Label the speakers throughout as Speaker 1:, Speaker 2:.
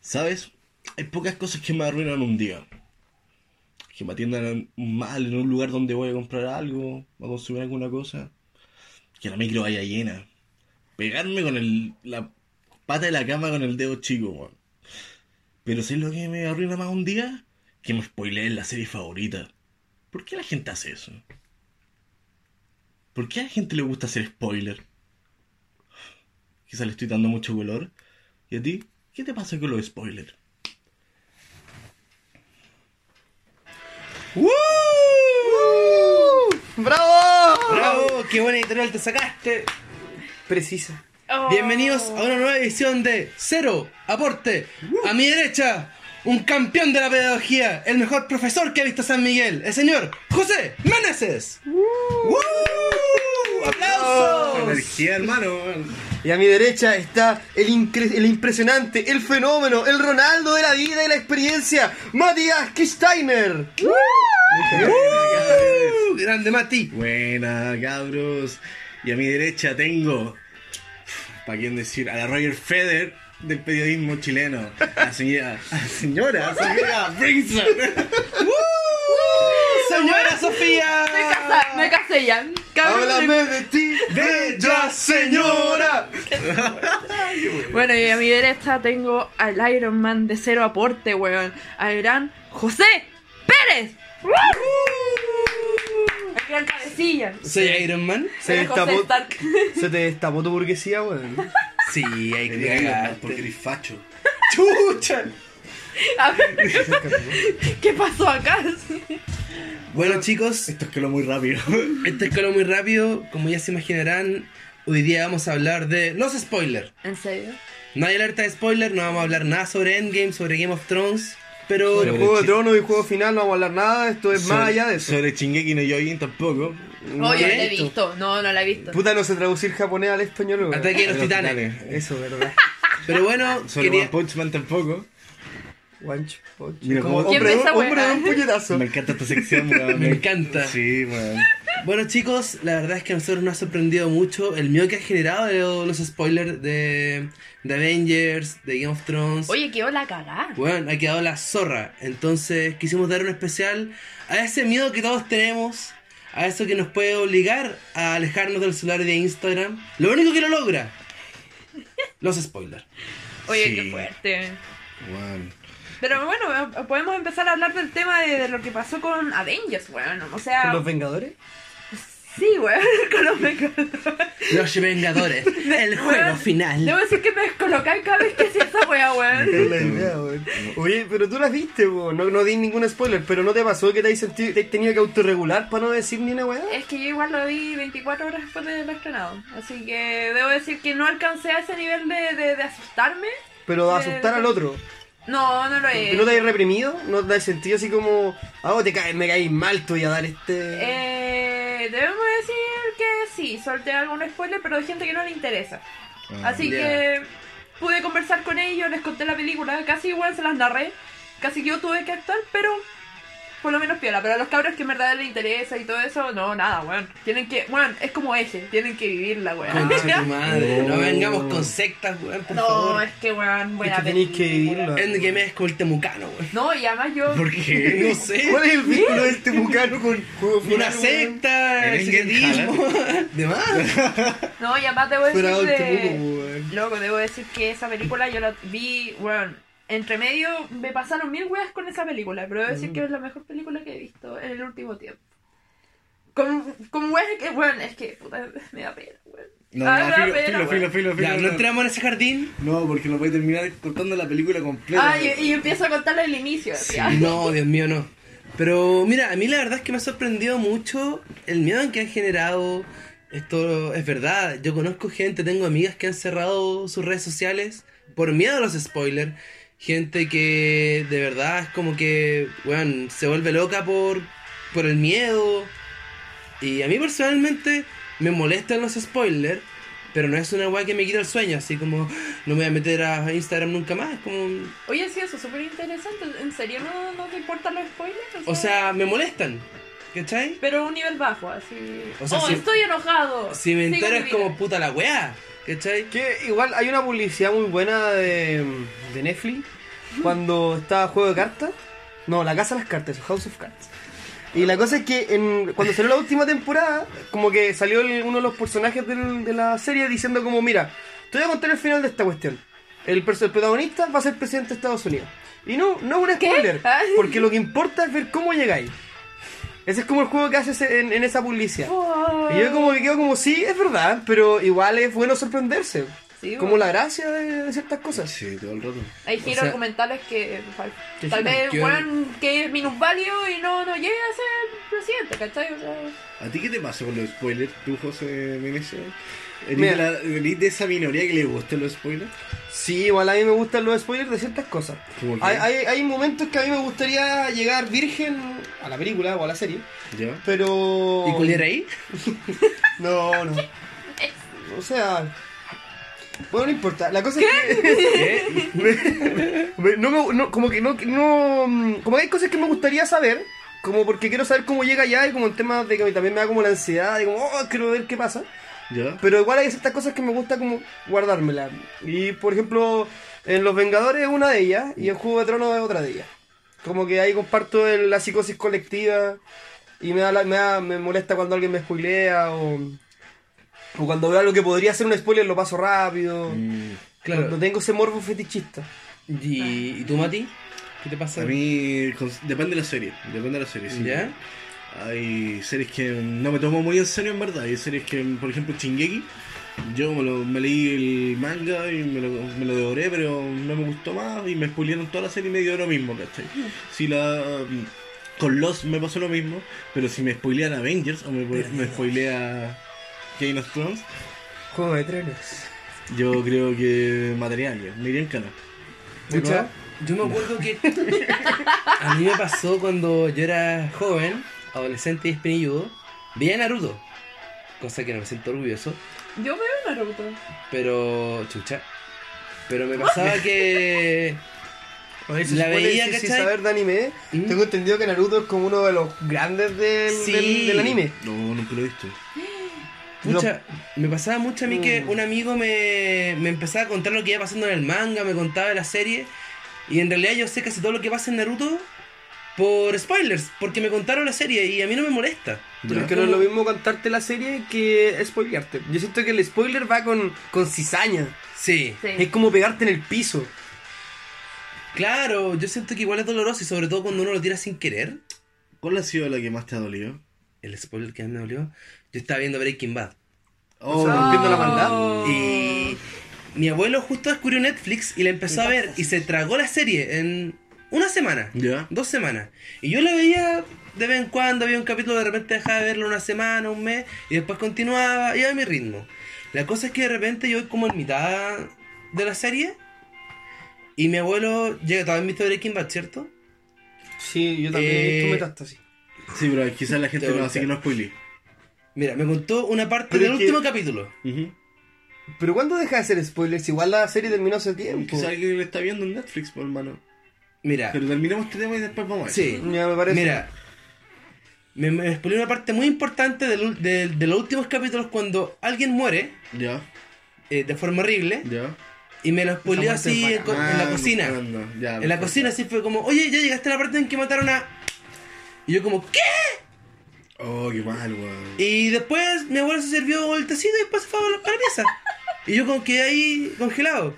Speaker 1: ¿Sabes? Hay pocas cosas que me arruinan un día. Que me atiendan mal en un lugar donde voy a comprar algo, voy a consumir alguna cosa. Que la micro vaya llena. Pegarme con el, la pata de la cama con el dedo chico, weón. Pero ¿sabes lo que me arruina más un día? Que me spoileen la serie favorita. ¿Por qué la gente hace eso? ¿Por qué a la gente le gusta hacer spoiler? Quizá le estoy dando mucho color. ¿Y a ti? ¿Qué te pasa con los spoilers? ¡Woo!
Speaker 2: ¡Bravo!
Speaker 1: ¡Bravo! ¡Qué buena editorial te sacaste!
Speaker 2: Precisa.
Speaker 3: Oh.
Speaker 4: Bienvenidos a una nueva edición de Cero Aporte. A mi derecha, un campeón de la pedagogía, el mejor profesor que ha visto San Miguel, el señor José Meneses. ¡Woo! ¡Aplausos!
Speaker 1: Energía, hermano.
Speaker 2: Y a mi derecha está el, incre- el impresionante, el fenómeno, el Ronaldo de la vida y la experiencia, Matías Kisteiner.
Speaker 4: ¡Uh! Grande Mati.
Speaker 1: Buena, cabros. Y a mi derecha tengo, para quién decir, a la Roger Feder del periodismo chileno. A la señora, a la señora, señora Brinson.
Speaker 4: Señora Sofía.
Speaker 3: Me casé, me casé ya. Cabrón, me-
Speaker 2: Háblame de ti, bella señora.
Speaker 3: Bueno, y a mi derecha tengo al Iron Man de cero aporte, weón. Al gran José Pérez.
Speaker 2: Uh.
Speaker 3: El gran cabecilla.
Speaker 4: Soy Iron Man.
Speaker 2: Se
Speaker 3: Era José
Speaker 2: destapó,
Speaker 3: Stark.
Speaker 2: se te destapó tu burguesía, weón.
Speaker 4: Sí, hay
Speaker 1: Porque eres facho.
Speaker 4: Chucha.
Speaker 3: A ver, ¿Qué pasó acá?
Speaker 4: Bueno, chicos,
Speaker 1: Esto escaló muy rápido.
Speaker 4: este escaló muy rápido. Como ya se imaginarán, hoy día vamos a hablar de los spoilers.
Speaker 3: ¿En serio?
Speaker 4: No hay alerta de spoiler, no vamos a hablar nada sobre Endgame, sobre Game of Thrones, pero
Speaker 2: Sobre Juego de Tronos y Juego Final no vamos a hablar nada, esto es más allá de eso.
Speaker 1: Sobre Chingeki no Yojin tampoco.
Speaker 3: No, yo no la he
Speaker 4: esto.
Speaker 3: visto. No, no la he visto.
Speaker 2: Puta, no sé traducir japonés al español, weón.
Speaker 4: Ataque de los titanes.
Speaker 2: Eso, verdad.
Speaker 4: Pero bueno,
Speaker 1: Sobre
Speaker 4: quería...
Speaker 1: One Punch Man tampoco.
Speaker 2: Guancho, ocho.
Speaker 1: Mira
Speaker 2: Como
Speaker 1: cómo-
Speaker 2: hombre,
Speaker 3: ¿Quién
Speaker 2: de-
Speaker 3: esa
Speaker 2: hombre de
Speaker 3: weá?
Speaker 2: un puñetazo.
Speaker 1: Me encanta esta sección, weón.
Speaker 4: Me encanta.
Speaker 1: Sí, weón.
Speaker 4: bueno chicos, la verdad es que a nosotros nos ha sorprendido mucho el miedo que ha generado de los spoilers de, de Avengers, de Game of Thrones.
Speaker 3: Oye, quedó la cagada.
Speaker 4: Bueno, ha quedado la zorra. Entonces quisimos dar un especial a ese miedo que todos tenemos, a eso que nos puede obligar a alejarnos del celular y de Instagram. Lo único que lo logra, los spoilers.
Speaker 3: Oye,
Speaker 1: Sí.
Speaker 3: qué fuerte.
Speaker 1: Weón.
Speaker 3: Pero bueno, eh, podemos empezar a hablar del tema de, de lo que pasó con Avengers, weón. O sea,
Speaker 2: ¿Con los Vengadores?
Speaker 3: sí, weón, con los Vengadores.
Speaker 4: Los Vengadores, el juego
Speaker 3: Weón, Debo
Speaker 4: final.
Speaker 3: decir que me descolocáis cada vez que hacía esa weá, weón.
Speaker 2: Es la idea, weón. Oye, pero tú las viste, weón. No, no di ningún spoiler, pero ¿no te pasó que te has sentido- te has tenido que autorregular para no decir ni una weá?
Speaker 3: Es que yo igual lo vi 24 horas después de lo estrenado. Así que debo decir que no alcancé a ese nivel de, de- de asustarme.
Speaker 2: Pero de
Speaker 3: Eh,
Speaker 2: asustar al otro.
Speaker 3: No, no lo he.
Speaker 2: ¿No te has reprimido? ¿No te has sentido así como, ah, vos te caes, me caes mal, tú y a dar este.
Speaker 3: Eh, debemos decir que sí, solté algún spoiler, pero hay gente que no le interesa.
Speaker 1: Ah,
Speaker 2: Mm,
Speaker 3: Así
Speaker 4: ya.
Speaker 3: que pude conversar con ellos, les conté la película, casi igual se las narré, casi yo tuve que actuar, pero por lo menos piola. Pero a los cabros que en verdad les interesa y todo eso, no, nada, weón. Tienen que, weón, es como eje, tienen que vivirla, weón.
Speaker 4: Concha tu madre, no
Speaker 2: Oh.
Speaker 4: vengamos con sectas, weón, por
Speaker 3: No,
Speaker 4: favor.
Speaker 3: es que, weón, buena
Speaker 2: Es que tenéis que
Speaker 3: película.
Speaker 2: vivirla.
Speaker 4: Endgame es como el temucano, weón.
Speaker 3: No, y además yo...
Speaker 1: ¿Por qué?
Speaker 4: No sé.
Speaker 2: ¿Cuál es el vínculo de este bucano con juego final,
Speaker 4: Una
Speaker 2: weón?
Speaker 4: secta,
Speaker 1: El
Speaker 4: el
Speaker 1: Endgame
Speaker 4: secretismo. De
Speaker 3: Pues
Speaker 4: más.
Speaker 3: No, y además debo decir
Speaker 2: Fuera de
Speaker 3: de...
Speaker 2: Temuco, weón.
Speaker 3: Loco, debo decir que esa película yo la vi, weón. Entre medio me pasaron mil weas con esa película, pero debo decir
Speaker 4: Mm.
Speaker 3: que es la mejor película que he visto en el último tiempo. Con, con weas que, weón, es que puta, me da pena, weón.
Speaker 1: No,
Speaker 3: Ah,
Speaker 1: no,
Speaker 3: da
Speaker 1: filo,
Speaker 3: pena,
Speaker 1: filo,
Speaker 3: weón.
Speaker 1: filo, filo,
Speaker 4: Ya,
Speaker 1: filo,
Speaker 4: no entramos en ese jardín.
Speaker 1: No, porque no voy a terminar cortando la película completa.
Speaker 3: Ah, y, y empiezo a contarle el inicio. así, ah.
Speaker 4: No, Dios mío, no. Pero mira, a mí la verdad es que me ha sorprendido mucho el miedo que han generado. Esto es verdad. Yo conozco gente, tengo amigas que han cerrado sus redes sociales por miedo a los spoilers. Gente que de verdad es como que, weón, se vuelve loca por, por el miedo. Y a mí personalmente me molestan los spoilers, pero no es una weá que me quita el sueño. Así como, "Ah, no me voy a meter a Instagram nunca más. Es como,
Speaker 3: Oye, sí, eso es súper interesante. ¿En serio no, no te importan los spoilers?
Speaker 4: O sea, me molestan. ¿Cachai?
Speaker 3: Pero a un nivel bajo, así.
Speaker 4: O sea,
Speaker 3: oh,
Speaker 4: si-
Speaker 3: estoy enojado.
Speaker 4: Si me
Speaker 3: sigo
Speaker 4: entero
Speaker 3: mi
Speaker 4: es
Speaker 3: vida.
Speaker 4: como puta la wea. ¿Cachai?
Speaker 2: Que igual hay una publicidad muy buena de, de Netflix cuando estaba juego de cartas. No, la casa de las cartas, House of Cards. Y la cosa es que en- cuando salió la última temporada, como que salió el- uno de los personajes del- de la serie diciendo como, mira, te voy a contar el final de esta cuestión. El, perso- el protagonista va a ser presidente de Estados Unidos. Y no, no es un
Speaker 3: ¿Qué?
Speaker 2: spoiler,
Speaker 3: Ah.
Speaker 2: porque lo que importa es ver cómo llegáis. Ese es como el juego que haces en, en esa publicidad.
Speaker 3: Oh.
Speaker 2: Y yo como que quedo como, sí, es verdad, pero igual es bueno sorprenderse.
Speaker 3: Sí,
Speaker 2: como
Speaker 3: bueno.
Speaker 2: la gracia de, de ciertas cosas.
Speaker 1: Sí, todo el rato.
Speaker 3: Hay giros
Speaker 4: O sea-
Speaker 3: argumentales que fal-
Speaker 2: Que
Speaker 3: tal
Speaker 2: giran,
Speaker 3: vez
Speaker 4: que-
Speaker 3: weón que es minusválido y no, no llega a ser presidente, ¿cachai? O sea,
Speaker 1: ¿A ti qué te pasa con los spoilers, tú, José Meneses? ¿Eres,
Speaker 2: Mira.
Speaker 1: de la- eres de esa minoría que le gustan los spoilers?
Speaker 2: Sí, igual a mí me gustan los spoilers de ciertas cosas.
Speaker 1: ¿Cómo qué?
Speaker 2: Hay, hay- hay momentos que a mí me gustaría llegar virgen a la película o a la serie,
Speaker 1: ¿Ya?
Speaker 2: pero...
Speaker 4: ¿Y culiar ahí?
Speaker 2: No, no. O sea... Bueno, no importa. La cosa es que...
Speaker 4: ¿Qué?
Speaker 2: Me- no me- no, como que no, que no, mm, como que hay cosas que me gustaría saber, como porque quiero saber cómo llega allá y como en temas de que también me da como la ansiedad, de como, oh, quiero ver qué pasa.
Speaker 1: ¿Ya?
Speaker 2: Pero igual hay ciertas cosas que me gusta como guardármelas. Y por ejemplo, en Los Vengadores es una de ellas y en Juego de Tronos es otra de ellas. Como que ahí comparto el- la psicosis colectiva y me, da la- me, da- me molesta cuando alguien me spoilea o, o cuando veo algo que podría ser un spoiler lo paso rápido.
Speaker 1: Mm.
Speaker 2: No
Speaker 4: Claro.
Speaker 2: tengo ese morbo fetichista.
Speaker 4: ¿Y, y tú, Mati? ¿Qué te pasa?
Speaker 1: A mí cons- depende de la serie, depende de la serie, sí.
Speaker 4: ¿Ya?
Speaker 1: Hay series que no me tomo muy en serio en verdad, hay series que, por ejemplo, Chingeki, yo me, lo- me leí el manga y me lo, me lo devoré, pero no me gustó más y me spoilearon toda la serie y me dio lo mismo, ¿cachai?
Speaker 2: Mm.
Speaker 1: Si la... Con Lost me pasó lo mismo, pero si me spoilean Avengers o me, me spoilea Game of Thrones,
Speaker 2: Juego de Tronos.
Speaker 1: yo creo que mataría a alguien, me iría en cana.
Speaker 2: Pucha.
Speaker 4: Yo me acuerdo que a mí me pasó cuando yo era joven, adolescente y espinilludo, veía Naruto, cosa que no me siento orgulloso,
Speaker 3: yo veo Naruto.
Speaker 4: pero chucha. Pero me pasaba que
Speaker 2: Oye, se
Speaker 4: La
Speaker 2: supone,
Speaker 4: veía,
Speaker 2: sí, sin
Speaker 4: ¿cachai?
Speaker 2: saber de anime,
Speaker 4: ¿Mm?
Speaker 2: tengo entendido que Naruto es como uno de los grandes del,
Speaker 4: Sí.
Speaker 2: del, del anime.
Speaker 1: No, nunca lo he visto.
Speaker 4: Pucha, me pasaba mucho a mí que
Speaker 2: Mm.
Speaker 4: un amigo me, me empezaba a contar lo que iba pasando en el manga, me contaba de la serie. Y en realidad yo sé casi todo lo que pasa en Naruto por spoilers, porque me contaron la serie y a mí no me molesta.
Speaker 2: Pero
Speaker 1: ¿Ya?
Speaker 2: es que no es lo mismo contarte la serie que spoilearte. Yo siento que el spoiler va con, con cizaña.
Speaker 4: Sí.
Speaker 3: Sí.
Speaker 2: Es como pegarte en el piso.
Speaker 4: Claro, yo siento que igual es doloroso y sobre todo cuando uno lo tira sin querer.
Speaker 1: ¿Cuál ha sido la que más te ha dolido?
Speaker 4: El spoiler que a mí me dolió. Yo estaba viendo Breaking Bad.
Speaker 1: Oh,
Speaker 2: sea, rompiendo la
Speaker 4: Oh.
Speaker 2: maldad.
Speaker 3: Oh.
Speaker 4: Y mi abuelo justo descubrió Netflix y la empezó a ver y se tragó la serie en una semana.
Speaker 1: Ya.
Speaker 4: Dos semanas. Y yo la veía de vez en cuando, había un capítulo, de repente dejaba de verlo una semana, un mes, y después continuaba, iba a mi ritmo. La cosa es que de repente yo como en mitad de la serie, y mi abuelo llega, todavía en visto Breaking Bad, ¿cierto?
Speaker 2: Sí, yo también
Speaker 4: Eh,
Speaker 2: he visto metástasis.
Speaker 1: Sí, pero quizás la gente
Speaker 4: Te
Speaker 1: no,
Speaker 4: voy a
Speaker 1: así que no spoilé.
Speaker 4: Mira, me contó una parte
Speaker 2: Pero
Speaker 4: del
Speaker 2: es que-
Speaker 4: último capítulo.
Speaker 2: Pero ¿cuándo deja de ser spoilers? Igual la serie terminó hace tiempo.
Speaker 1: Quizás alguien lo está viendo en Netflix, por hermano.
Speaker 4: Mira,
Speaker 1: Pero terminamos este tema y después vamos a eso.
Speaker 4: sí.
Speaker 2: Ya me parece.
Speaker 4: Mira, me, me spoileó una parte muy importante del ul- del- de los últimos capítulos cuando alguien muere
Speaker 1: Ya,
Speaker 4: eh, de forma horrible
Speaker 1: ya.
Speaker 4: y me lo spoileó
Speaker 2: muerte
Speaker 4: así
Speaker 2: es
Speaker 4: en, co- en la
Speaker 1: Ah,
Speaker 4: cocina.
Speaker 1: anda, ya,
Speaker 4: En la cocina así fue como, oye, ya llegaste a la parte en que mataron a... Y yo como, ¿qué?
Speaker 1: Oh, qué mal, weón.
Speaker 4: Y después mi abuelo se sirvió el tecito y después se fue a la para la pieza. Y yo como quedé ahí congelado.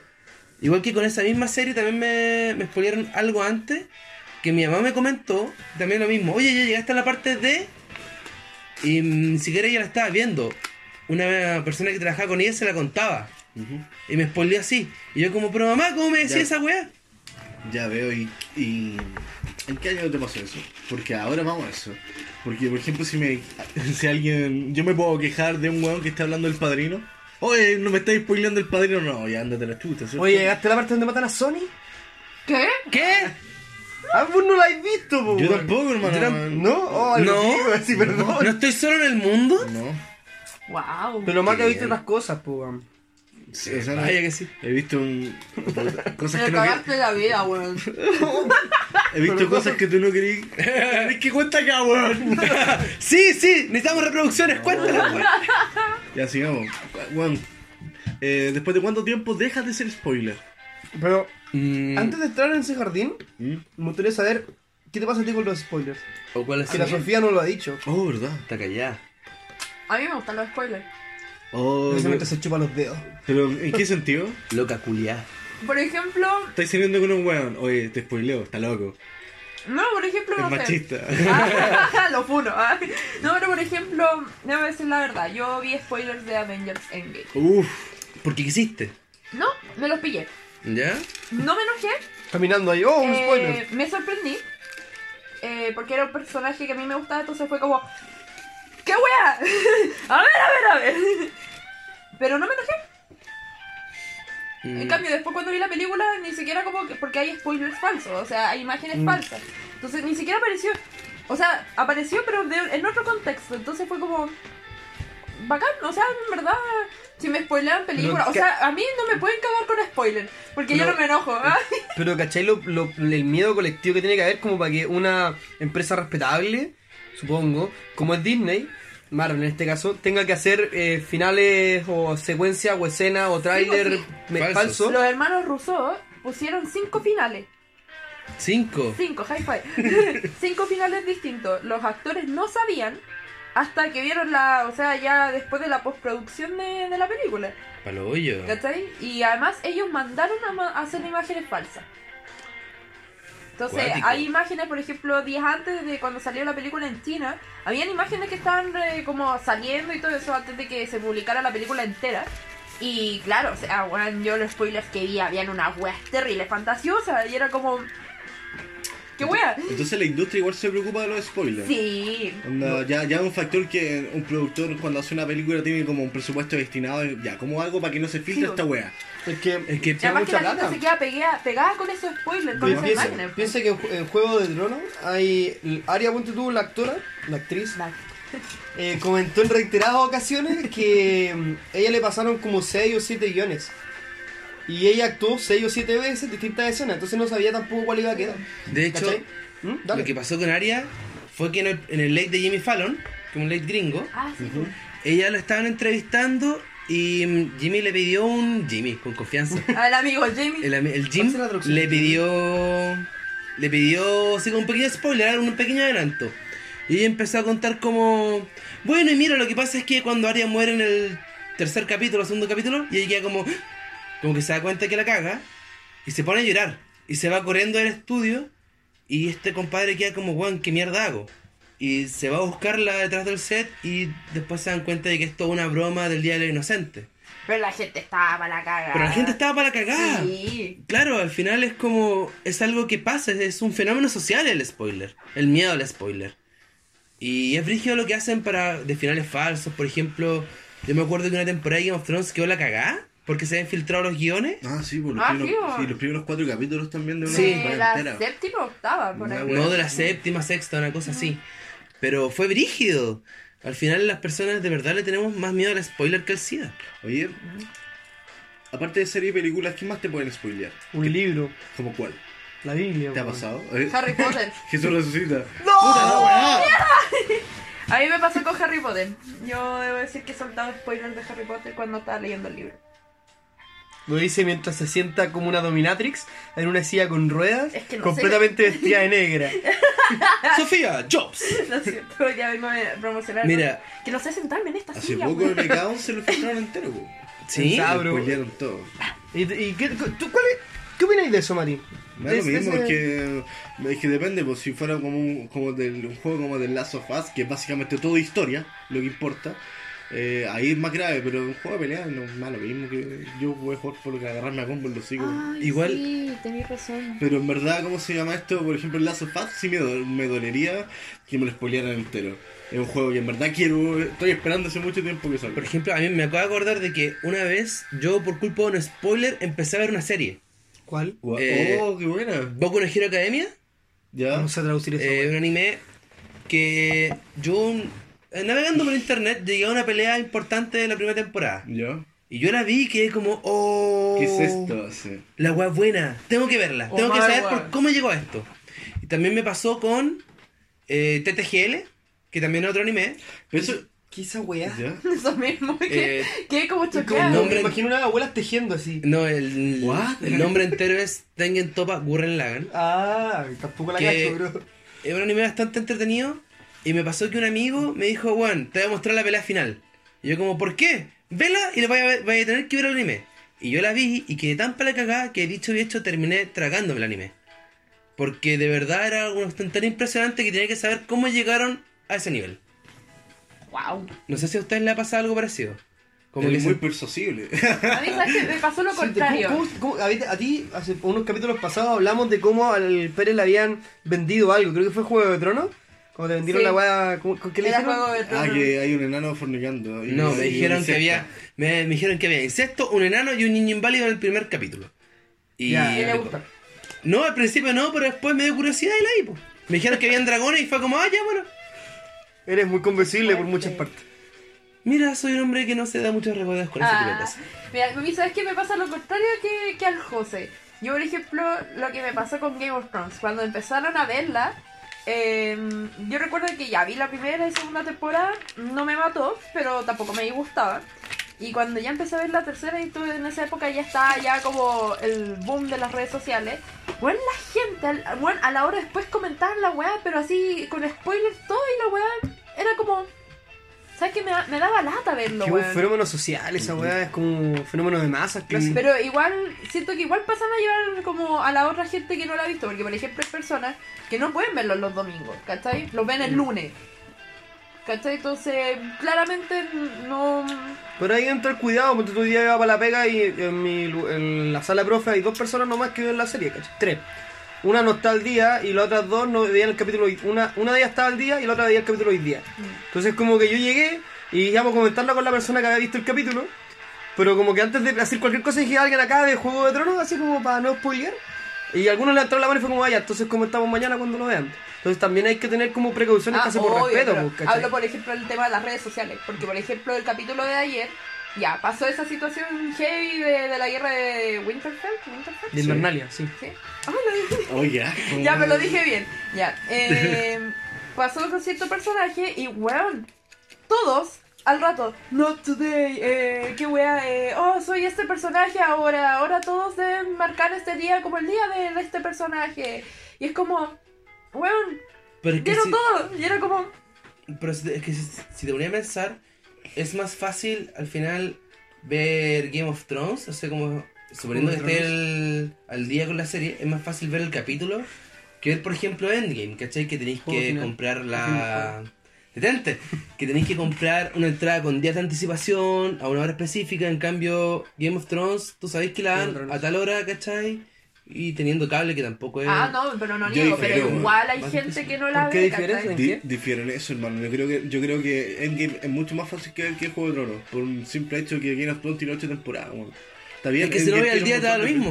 Speaker 4: Igual que con esa misma serie también me, me spoilearon algo antes que mi mamá me comentó también lo mismo. Oye, ya llegaste a la parte de... Y ni siquiera ella la estaba viendo. Una persona que trabajaba con ella se la contaba.
Speaker 1: Ujú.
Speaker 4: Y me spoileó así. Y yo como, pero mamá, ¿cómo me decía
Speaker 1: Ya.
Speaker 4: esa weá?
Speaker 1: Ya veo, y, y- ¿En qué año te pasó eso? Porque ahora vamos a eso. Porque, por ejemplo, si me. Si alguien. Yo me puedo quejar de un weón que está hablando del padrino. Oye, no me estás spoileando el padrino. No, ya ándate a la chuta, ¿cierto?
Speaker 2: Oye, ¿llegaste a la parte donde matan a Sony?
Speaker 3: ¿Qué?
Speaker 4: ¿Qué?
Speaker 2: Ah, vos no la has visto, po,
Speaker 1: Yo
Speaker 2: weón.
Speaker 1: tampoco, hermano.
Speaker 4: Yo tam-
Speaker 1: weón.
Speaker 2: ¿No? Oh,
Speaker 4: No.
Speaker 2: no. sí, perdón.
Speaker 4: ¿No estoy solo en el mundo?
Speaker 1: No.
Speaker 3: Wow.
Speaker 2: Pero más que he visto otras cosas, po, weón.
Speaker 1: Sí, o sea, no-
Speaker 4: Vaya que sí.
Speaker 1: He visto un- cosas
Speaker 3: Me
Speaker 1: que no quer-
Speaker 3: cagaste la vida, weón.
Speaker 1: He visto cosas que tú no querías. Es que cuenta acá, weón.
Speaker 4: Sí, sí, necesitamos reproducciones, cuéntalas, weón.
Speaker 1: Ya sigamos. Weón. eh, Después de cuánto tiempo dejas de ser spoiler.
Speaker 2: Pero
Speaker 4: Mm,
Speaker 2: antes de entrar en ese jardín,
Speaker 1: ¿Mm?
Speaker 2: me gustaría saber qué te pasa a ti con los spoilers.
Speaker 4: ¿O cuál es
Speaker 2: Que la Sofía no lo ha dicho.
Speaker 1: Oh, verdad.
Speaker 4: Está callada.
Speaker 3: A mí me gustan los spoilers.
Speaker 1: Oh,
Speaker 2: Precisamente se chupa los dedos.
Speaker 1: pero ¿en qué sentido?
Speaker 4: Loca culiada.
Speaker 3: Por ejemplo,
Speaker 1: Estáis saliendo con un weón. Oye, te spoileo, está loco.
Speaker 3: no, por ejemplo,
Speaker 1: Es
Speaker 3: no sé.
Speaker 1: machista.
Speaker 3: Ah, lo funo. ah. No, pero por ejemplo, déjame decir la verdad. Yo vi spoilers de Avengers Endgame.
Speaker 1: Uf.
Speaker 4: Porque quisiste.
Speaker 3: No, me los pillé.
Speaker 4: ¿Ya?
Speaker 3: No me enojé.
Speaker 2: Caminando ahí, oh, un
Speaker 3: eh,
Speaker 2: spoiler.
Speaker 3: me sorprendí. eh, porque era un personaje que a mí me gustaba, entonces fue como. ¡Qué wea! a ver, a ver, a ver. Pero no me enojé. En
Speaker 4: Mm,
Speaker 3: cambio, después cuando vi la película, ni siquiera como que. Porque hay spoilers falsos, o sea, hay imágenes
Speaker 2: Mm.
Speaker 3: falsas. Entonces ni siquiera apareció. O sea, apareció, pero de- en otro contexto. Entonces fue como. Bacán, o sea, en verdad. Si me spoilean películas. O
Speaker 2: ca-
Speaker 3: sea, a mí no me pueden cagar con spoilers. Porque yo
Speaker 2: Pero-
Speaker 3: no me enojo. ¿ah?
Speaker 2: Pero ¿cachai lo, lo- el miedo colectivo que tiene que haber como para que una empresa respetable, supongo, como es Disney, Marvel en este caso, tenga que hacer eh, finales o secuencias o escenas o tráiler
Speaker 3: sí.
Speaker 2: me-
Speaker 4: Falsos.
Speaker 2: falso?
Speaker 3: Los hermanos Rousseau pusieron cinco finales.
Speaker 4: Cinco.
Speaker 3: Cinco, high five. cinco finales distintos. Los actores no sabían hasta que vieron la. O sea, ya después de la postproducción de, de la película.
Speaker 4: Para lo hoyo.
Speaker 3: ¿Cachai? Y además ellos mandaron a, ma- a hacer imágenes falsas. Entonces,
Speaker 4: Cuático.
Speaker 3: hay imágenes, por ejemplo, días antes de cuando salió la película en China, habían imágenes que estaban eh, como saliendo y todo eso antes de que se publicara la película entera. Y claro, o sea, bueno, yo los spoilers que vi, habían unas weas terribles, fantasiosas, y era como... ¡Qué wea!
Speaker 1: Entonces la industria igual se preocupa de los spoilers.
Speaker 3: Sí,
Speaker 1: Onda, ya, ya un factor que un productor cuando hace una película tiene como un presupuesto destinado, ya, como algo para que no se filtre
Speaker 3: Sí,
Speaker 1: esta wea.
Speaker 2: Es que,
Speaker 4: Es que-
Speaker 3: Y además que
Speaker 2: mucha
Speaker 3: la gente
Speaker 2: plata.
Speaker 3: se queda pegada, pegada con esos spoilers, con
Speaker 2: Pero
Speaker 3: pues. esas
Speaker 2: piensa,
Speaker 3: imágenes.
Speaker 2: piensa que en Ju- en Juego de Tronos hay. Aria Ponte tuvo la actora, la actriz,
Speaker 3: La-
Speaker 2: eh, comentó en reiteradas ocasiones que mm, ella le pasaron como 6 o 7 guiones. Y ella actuó 6 o 7 veces distintas escenas, entonces no sabía tampoco cuál iba a quedar.
Speaker 4: De hecho,
Speaker 2: ¿Cachai? ¿Mm? Dale.
Speaker 4: lo que pasó con Aria fue que en el, en el late de Jimmy Fallon, que es un late gringo,
Speaker 3: Ah, sí.
Speaker 4: ella la estaban entrevistando y mm, Jimmy le pidió un. Jimmy, con confianza.
Speaker 3: Al amigo Jamie.
Speaker 4: El, ami- el Jim
Speaker 2: ¿Cuál será la traducción?
Speaker 4: le pidió. Le pidió, así como un pequeño spoiler, un pequeño adelanto. Y ella empezó a contar como. Bueno, y mira, lo que pasa es que cuando Arya muere en el tercer capítulo, segundo capítulo, y ella queda como. Como que se da cuenta que la caga, y se pone a llorar. Y se va corriendo al estudio, y este compadre queda como, weón, ¿qué mierda hago? Y se va a buscarla detrás del set, y después se dan cuenta de que es toda una broma del Día de los Inocentes.
Speaker 3: Pero la gente estaba para la cagada.
Speaker 4: Pero la gente estaba para la cagada.
Speaker 3: Ah, Sí.
Speaker 4: Claro, al final es como. Es algo que pasa, es, es un fenómeno social el spoiler. El miedo al spoiler. Y es brígido lo que hacen para. de finales falsos, por ejemplo. Yo me acuerdo que una temporada de Game of Thrones quedó la cagá porque se habían filtrado los guiones.
Speaker 1: Ah, sí, por los,
Speaker 3: Ah,
Speaker 1: primeros,
Speaker 3: sí, o-
Speaker 1: sí, los primeros cuatro capítulos también de una
Speaker 4: Sí.
Speaker 1: temporada
Speaker 3: De la
Speaker 1: entera.
Speaker 3: séptima octava, por
Speaker 1: Una
Speaker 3: ahí.
Speaker 1: buena-
Speaker 4: No de la séptima, sexta, una cosa así. Pero fue brígido. Al final las personas de verdad le tenemos más miedo al spoiler que al SIDA.
Speaker 1: Oye, aparte de serie y películas, ¿qué más te pueden spoilear?
Speaker 2: Un libro,
Speaker 1: ¿Como cuál?
Speaker 2: la Biblia.
Speaker 1: ¿Te ha
Speaker 2: weón.
Speaker 1: pasado? Eh,
Speaker 3: Harry Potter.
Speaker 1: Jesús resucita.
Speaker 3: ¡No!
Speaker 1: ¡Puta la weá!
Speaker 3: A mí me pasó con Harry Potter. Yo debo decir que he soltado spoilers de Harry Potter cuando estaba leyendo el libro.
Speaker 2: Lo dice mientras se sienta como una dominatrix en una silla con ruedas,
Speaker 3: Es que no
Speaker 2: completamente vestida de negra.
Speaker 4: ¡Sofía! ¡Jobs!
Speaker 3: Lo siento, ya vengo a promocionar. ¿no?
Speaker 4: Mira.
Speaker 3: Que no sé sentarme en esta
Speaker 1: Hace
Speaker 3: silla.
Speaker 1: poco
Speaker 3: güey.
Speaker 1: el Becado se lo filtraron entero, po.
Speaker 4: Sí.
Speaker 2: Pensaba- Ah,
Speaker 1: Lo
Speaker 2: bro.
Speaker 1: spoilearon todo.
Speaker 2: ¿Y, y qué, tú, cuál es- qué opináis de eso, Mati?
Speaker 1: Me da lo
Speaker 2: Es-
Speaker 1: mismo,
Speaker 2: ese-
Speaker 1: porque es que depende, pues si fuera como un, como del, un juego como del Last of Us, que es básicamente todo historia, lo que importa, eh, ahí es más grave, pero un juego de pelea no es más lo mismo que yo voy a jugar por lo que agarrarme a combo en los hijos.
Speaker 4: Igual-
Speaker 3: Sí, tenés razón.
Speaker 1: Pero en verdad, ¿cómo se llama esto? Por ejemplo, el Last of Us sí me, do- me dolería que me lo spoilearan entero. Es un juego que en verdad quiero, estoy esperando hace mucho tiempo que salga.
Speaker 4: Por ejemplo, a mí me acabo de acordar de que una vez yo, por culpa de un spoiler, empecé a ver una serie.
Speaker 2: ¿Cuál?
Speaker 1: Gua-
Speaker 4: eh,
Speaker 1: oh, qué buena.
Speaker 4: Boku no Hero Academia,
Speaker 1: Ya.
Speaker 2: No sé traducir eso.
Speaker 4: eh,
Speaker 2: weón.
Speaker 4: un anime que yo un- eh, navegando por internet llegué a una pelea importante de la primera temporada.
Speaker 1: Ya.
Speaker 4: Y yo la vi y quedé como, oh,
Speaker 1: ¿Qué es esto? Sí.
Speaker 4: La weá buena, tengo que verla,
Speaker 3: Oh,
Speaker 4: tengo que
Speaker 3: my
Speaker 4: saber
Speaker 3: God.
Speaker 4: por cómo llegó a esto. Y también me pasó con eh, TTGL, que también es otro anime.
Speaker 1: Pero eso,
Speaker 2: ¿Qué esa weá?
Speaker 1: ¿Ya?
Speaker 3: Eso mismo, que
Speaker 4: Eh,
Speaker 3: que como
Speaker 2: Como-
Speaker 3: choqueado.
Speaker 4: no,
Speaker 2: me
Speaker 4: hombre.
Speaker 2: imagino unas abuelas tejiendo así.
Speaker 4: No, el,
Speaker 1: What?
Speaker 4: el nombre entero es Tengen Topa Gurren Lagan.
Speaker 2: Ah, tampoco la
Speaker 4: Que-
Speaker 2: cacho, bro.
Speaker 4: Es un anime bastante entretenido. Y me pasó que un amigo me dijo, Juan, te voy a mostrar la pelea final. Y yo como, ¿por qué? Vela y le vaya, a ver- vaya a tener que ver el anime. Y yo la vi y quedé tan para la cagada que dicho y hecho terminé tragándome el anime. Porque de verdad era algo tan impresionante que tenía que saber cómo llegaron a ese nivel.
Speaker 3: Wow.
Speaker 4: No sé si a ustedes les ha pasado algo parecido. Como que
Speaker 1: es muy
Speaker 4: se-
Speaker 1: persuasible.
Speaker 3: A mí, ¿sabes qué? Me pasó lo
Speaker 2: Sí,
Speaker 3: contrario.
Speaker 2: ¿cómo- cómo- cómo- a, ver, a ti, hace unos capítulos pasados hablamos de cómo al Pérez le habían vendido algo. Creo que fue Juego de Tronos. Cuando le vendieron
Speaker 3: Sí.
Speaker 2: la weá. ¿cómo- ¿Qué le
Speaker 3: Era
Speaker 2: dijeron?
Speaker 3: juego de
Speaker 1: ah,
Speaker 3: tronos.
Speaker 1: que hay un enano fornicando. y-
Speaker 4: No, me
Speaker 1: y
Speaker 4: dijeron que
Speaker 1: insecta.
Speaker 4: había. Me, me dijeron que había insecto, un enano y un niño inválido en el primer capítulo. Y.
Speaker 2: Ya,
Speaker 3: Y le
Speaker 1: eh,
Speaker 2: rico.
Speaker 3: gusta.
Speaker 4: No, al principio no, pero después me dio curiosidad y la vi, po. Me dijeron que habían dragones y fue como, ah, ya, bueno.
Speaker 2: Eres muy convencible por muchas partes.
Speaker 4: Mira, soy un hombre que no se da muchas recuerdas con ese tipo de
Speaker 3: Ah,
Speaker 4: cosas.
Speaker 3: mira, a mí, ¿sabes qué? Me pasa lo contrario que, que al José. Yo, por ejemplo, lo que me pasó con Game of Thrones, cuando empezaron a verla, eh, yo recuerdo que ya vi la primera y segunda temporada, no me mató, pero tampoco me disgustaba. Y cuando ya empecé a ver la tercera y todo en esa época ya estaba ya como el boom de las redes sociales, bueno, la gente, al- bueno, a la hora después comentaban la weá, pero así con spoilers todo y la weá era como... ¿Sabes qué? Me, da- me daba lata verlo,
Speaker 2: Que es un
Speaker 3: weón.
Speaker 2: fenómeno social esa weá. Es como un fenómeno de masas, clásico.
Speaker 3: Pero igual, siento que igual pasan a llevar como a la otra gente que no la ha visto, porque por ejemplo hay personas que no pueden verlos los domingos, ¿cachai? Los ven el
Speaker 2: Mm.
Speaker 3: lunes. ¿Cachai? Entonces, claramente no...
Speaker 2: Pero ahí entra el cuidado, porque tú día iba para la pega y en, mi lu- en la sala de profe hay dos personas nomás que ven la serie, ¿cachai? Tres. Una no está al día y las otras dos no veían el capítulo hoy. Una, una de ellas estaba al día y la otra veía el capítulo hoy día.
Speaker 3: Mm.
Speaker 2: Entonces como que yo llegué y íbamos a comentarla con la persona que había visto el capítulo. Pero como que antes de hacer cualquier cosa dije alguien acá de Juego de Tronos, así como para no spoiler. Y algunos le entraron la mano y fue como, vaya, entonces comentamos mañana cuando lo vean. Entonces también hay que tener como precauciones
Speaker 3: Ah,
Speaker 2: casi por
Speaker 3: obvio,
Speaker 2: respeto,
Speaker 3: pero
Speaker 2: pues, ¿cachai?
Speaker 3: hablo por ejemplo del tema de las redes sociales, porque por ejemplo el capítulo de ayer, ya, pasó esa situación heavy de, de la guerra de Winterfell. ¿Winterfell?
Speaker 2: De Invernalia, sí.
Speaker 3: ¿Sí? Ay, lo dije
Speaker 1: Oye, como-
Speaker 3: Ya, me lo dije bien. Ya. eh, pasó con cierto personaje y, weón, todos al rato, not today, eh, qué wea, eh, oh, soy este personaje ahora, ahora todos deben marcar este día como el día de, de este personaje. Y es como, weón,
Speaker 4: Pero es que,
Speaker 3: quiero
Speaker 4: si,
Speaker 3: todo. Y era como,
Speaker 4: pero si- es que si, si te ponía a pensar, es más fácil al final ver Game of Thrones, o sea, como suponiendo que
Speaker 2: Juego de
Speaker 4: esté el- al día con la serie, es más fácil ver el capítulo que ver, por ejemplo, Endgame, ¿cachai? Que tenéis
Speaker 2: Juego
Speaker 4: que
Speaker 2: final.
Speaker 4: comprar la... Detente, que tenéis que comprar una entrada con días de anticipación a una hora específica. En cambio, Game of Thrones, tú sabéis que la
Speaker 2: Game of
Speaker 4: dan
Speaker 2: Thrones.
Speaker 4: a tal hora, ¿cachai? Y teniendo cable que tampoco es.
Speaker 3: ah, no, pero no
Speaker 1: yo
Speaker 3: niego,
Speaker 1: difiero,
Speaker 3: pero
Speaker 1: weón.
Speaker 3: igual hay
Speaker 4: Más
Speaker 3: gente
Speaker 4: difícil.
Speaker 3: que no la
Speaker 2: ¿Por qué
Speaker 3: ve.
Speaker 2: difieren?
Speaker 3: ¿cachai?
Speaker 1: Di- difiero en eso, hermano. Yo creo que yo creo que Endgame es mucho más fácil que ver que el Juego de Tronos. Por un simple hecho que Game of Thrones tiene 8 temporadas, weón. Está bien.
Speaker 4: Es que si no
Speaker 1: Endgame
Speaker 4: voy al
Speaker 1: tiene
Speaker 4: día
Speaker 1: un
Speaker 4: te da lo
Speaker 1: montón de-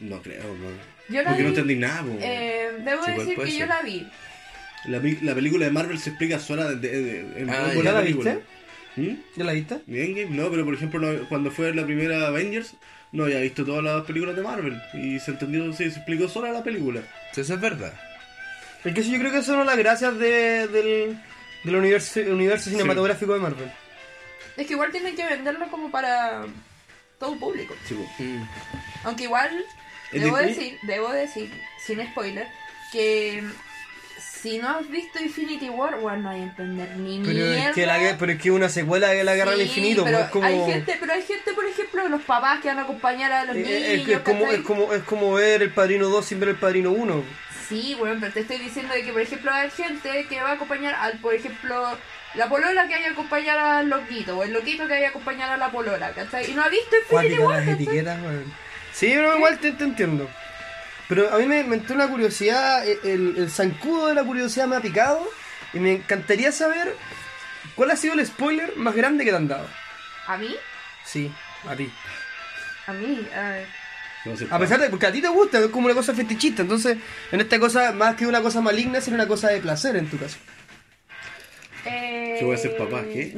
Speaker 4: mismo.
Speaker 1: No creo, weón.
Speaker 3: Yo la
Speaker 1: Porque no
Speaker 3: vi,
Speaker 1: entendí nada, weón.
Speaker 3: eh, debo
Speaker 4: Sí, igual
Speaker 3: decir que
Speaker 4: puede
Speaker 3: yo
Speaker 4: ser.
Speaker 3: la vi.
Speaker 1: La, pe- la película de Marvel se explica sola de, de- de- en
Speaker 4: Ah,
Speaker 1: una
Speaker 4: ya.
Speaker 1: buena
Speaker 2: ¿Ya la
Speaker 1: película.
Speaker 2: viste?
Speaker 1: ¿Mm?
Speaker 2: ¿Ya la viste?
Speaker 1: ¿Y Endgame? No, pero por ejemplo, no- cuando fue la primera Avengers, no había visto todas las películas de Marvel. Y se entendió, sí, se explicó sola la película.
Speaker 4: Eso es verdad.
Speaker 2: Es que eso yo creo que es una de las gracias de- del, del universo, universo cinematográfico de Marvel.
Speaker 3: Es que igual tienen que venderlo como para todo público.
Speaker 1: Sí, pues, po.
Speaker 4: Mm.
Speaker 3: Aunque igual,
Speaker 1: Es
Speaker 3: debo
Speaker 1: Disney.
Speaker 3: decir, debo decir, sin spoiler, que si no has visto Infinity War, bueno, no hay que entender ni
Speaker 2: Pero
Speaker 3: mierda.
Speaker 2: es, que la, gue- pero es que una secuela de la guerra del
Speaker 3: Sí,
Speaker 2: infinito, pues,
Speaker 3: pero
Speaker 2: es como.
Speaker 3: hay gente, pero hay gente, por ejemplo, los papás que van a acompañar a los
Speaker 2: es-
Speaker 3: niños.
Speaker 2: eh, es, que es como,
Speaker 3: ¿cachai?
Speaker 2: es, como, es como ver el padrino 2 sin ver el padrino 1.
Speaker 3: Sí, bueno, pero te estoy diciendo de que, por ejemplo, hay gente que va a acompañar al, por ejemplo, la polola que vaya a acompañar al loquito, o el loquito que vaya a acompañar a la polola, ¿cachai? Y no ha visto Infinity War,
Speaker 2: las
Speaker 3: ¿cachai?
Speaker 2: etiquetas, weón. Sí, pero igual te, te entiendo. Pero a mí me, me entró una curiosidad, eh, el, el zancudo de la curiosidad me ha picado. Y me encantaría saber cuál ha sido el spoiler más grande que te han dado.
Speaker 3: ¿A mí?
Speaker 2: Sí, a ti.
Speaker 3: A mí, a ver.
Speaker 1: No sé,
Speaker 2: A pesar de porque a ti te gusta, es como una cosa fetichista, entonces en esta cosa, más que una cosa maligna, sería una cosa de placer en tu caso.
Speaker 3: Eh...
Speaker 1: Yo voy a ser papá, ¿qué?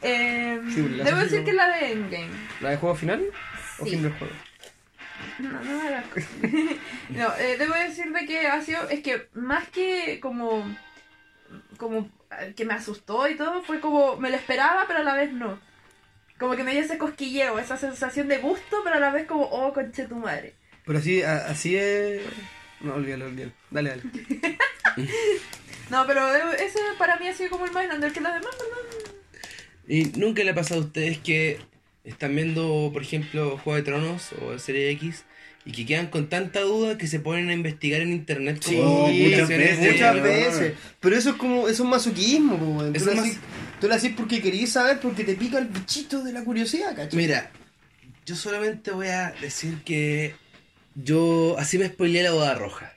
Speaker 3: Eh,
Speaker 2: Sí, la
Speaker 3: Uh,
Speaker 2: Oh,
Speaker 3: debo decir
Speaker 2: sentí, ¿no?
Speaker 3: que la de Endgame.
Speaker 2: ¿La de juego final o
Speaker 3: Sí.
Speaker 2: fin del juego?
Speaker 3: No, no, me la- no eh, debo decir de que ha sido. Es que más que como como eh, que me asustó y todo, fue como me lo esperaba, pero a la vez no. Como que me dio ese cosquilleo, esa sensación de gusto, pero a la vez como, oh, conche tu madre.
Speaker 2: Pero así, a- así es. No, olvídalo, olvídalo. Dale, dale.
Speaker 3: No, pero eh, ese para mí ha sido como el más grande, que los demás, ¿verdad?
Speaker 4: ¿Y nunca le ha pasado a ustedes que están viendo, por ejemplo, Juego de Tronos o Serie X y que quedan con tanta duda que se ponen a investigar en internet
Speaker 2: Sí,
Speaker 4: como
Speaker 1: Oh,
Speaker 2: muchas
Speaker 1: muchas
Speaker 4: publicaciones de-
Speaker 2: veces.
Speaker 1: veces,
Speaker 2: Muchas
Speaker 1: weón.
Speaker 2: veces. Pero eso es como, eso es masoquismo, po, weón. Tú
Speaker 4: Eso
Speaker 2: lo
Speaker 4: es mas-
Speaker 2: haces- Tú lo haces porque querías saber, porque te pica el bichito de la curiosidad, ¿cachai?
Speaker 4: Mira, yo solamente voy a decir que yo así me spoileé la boda roja.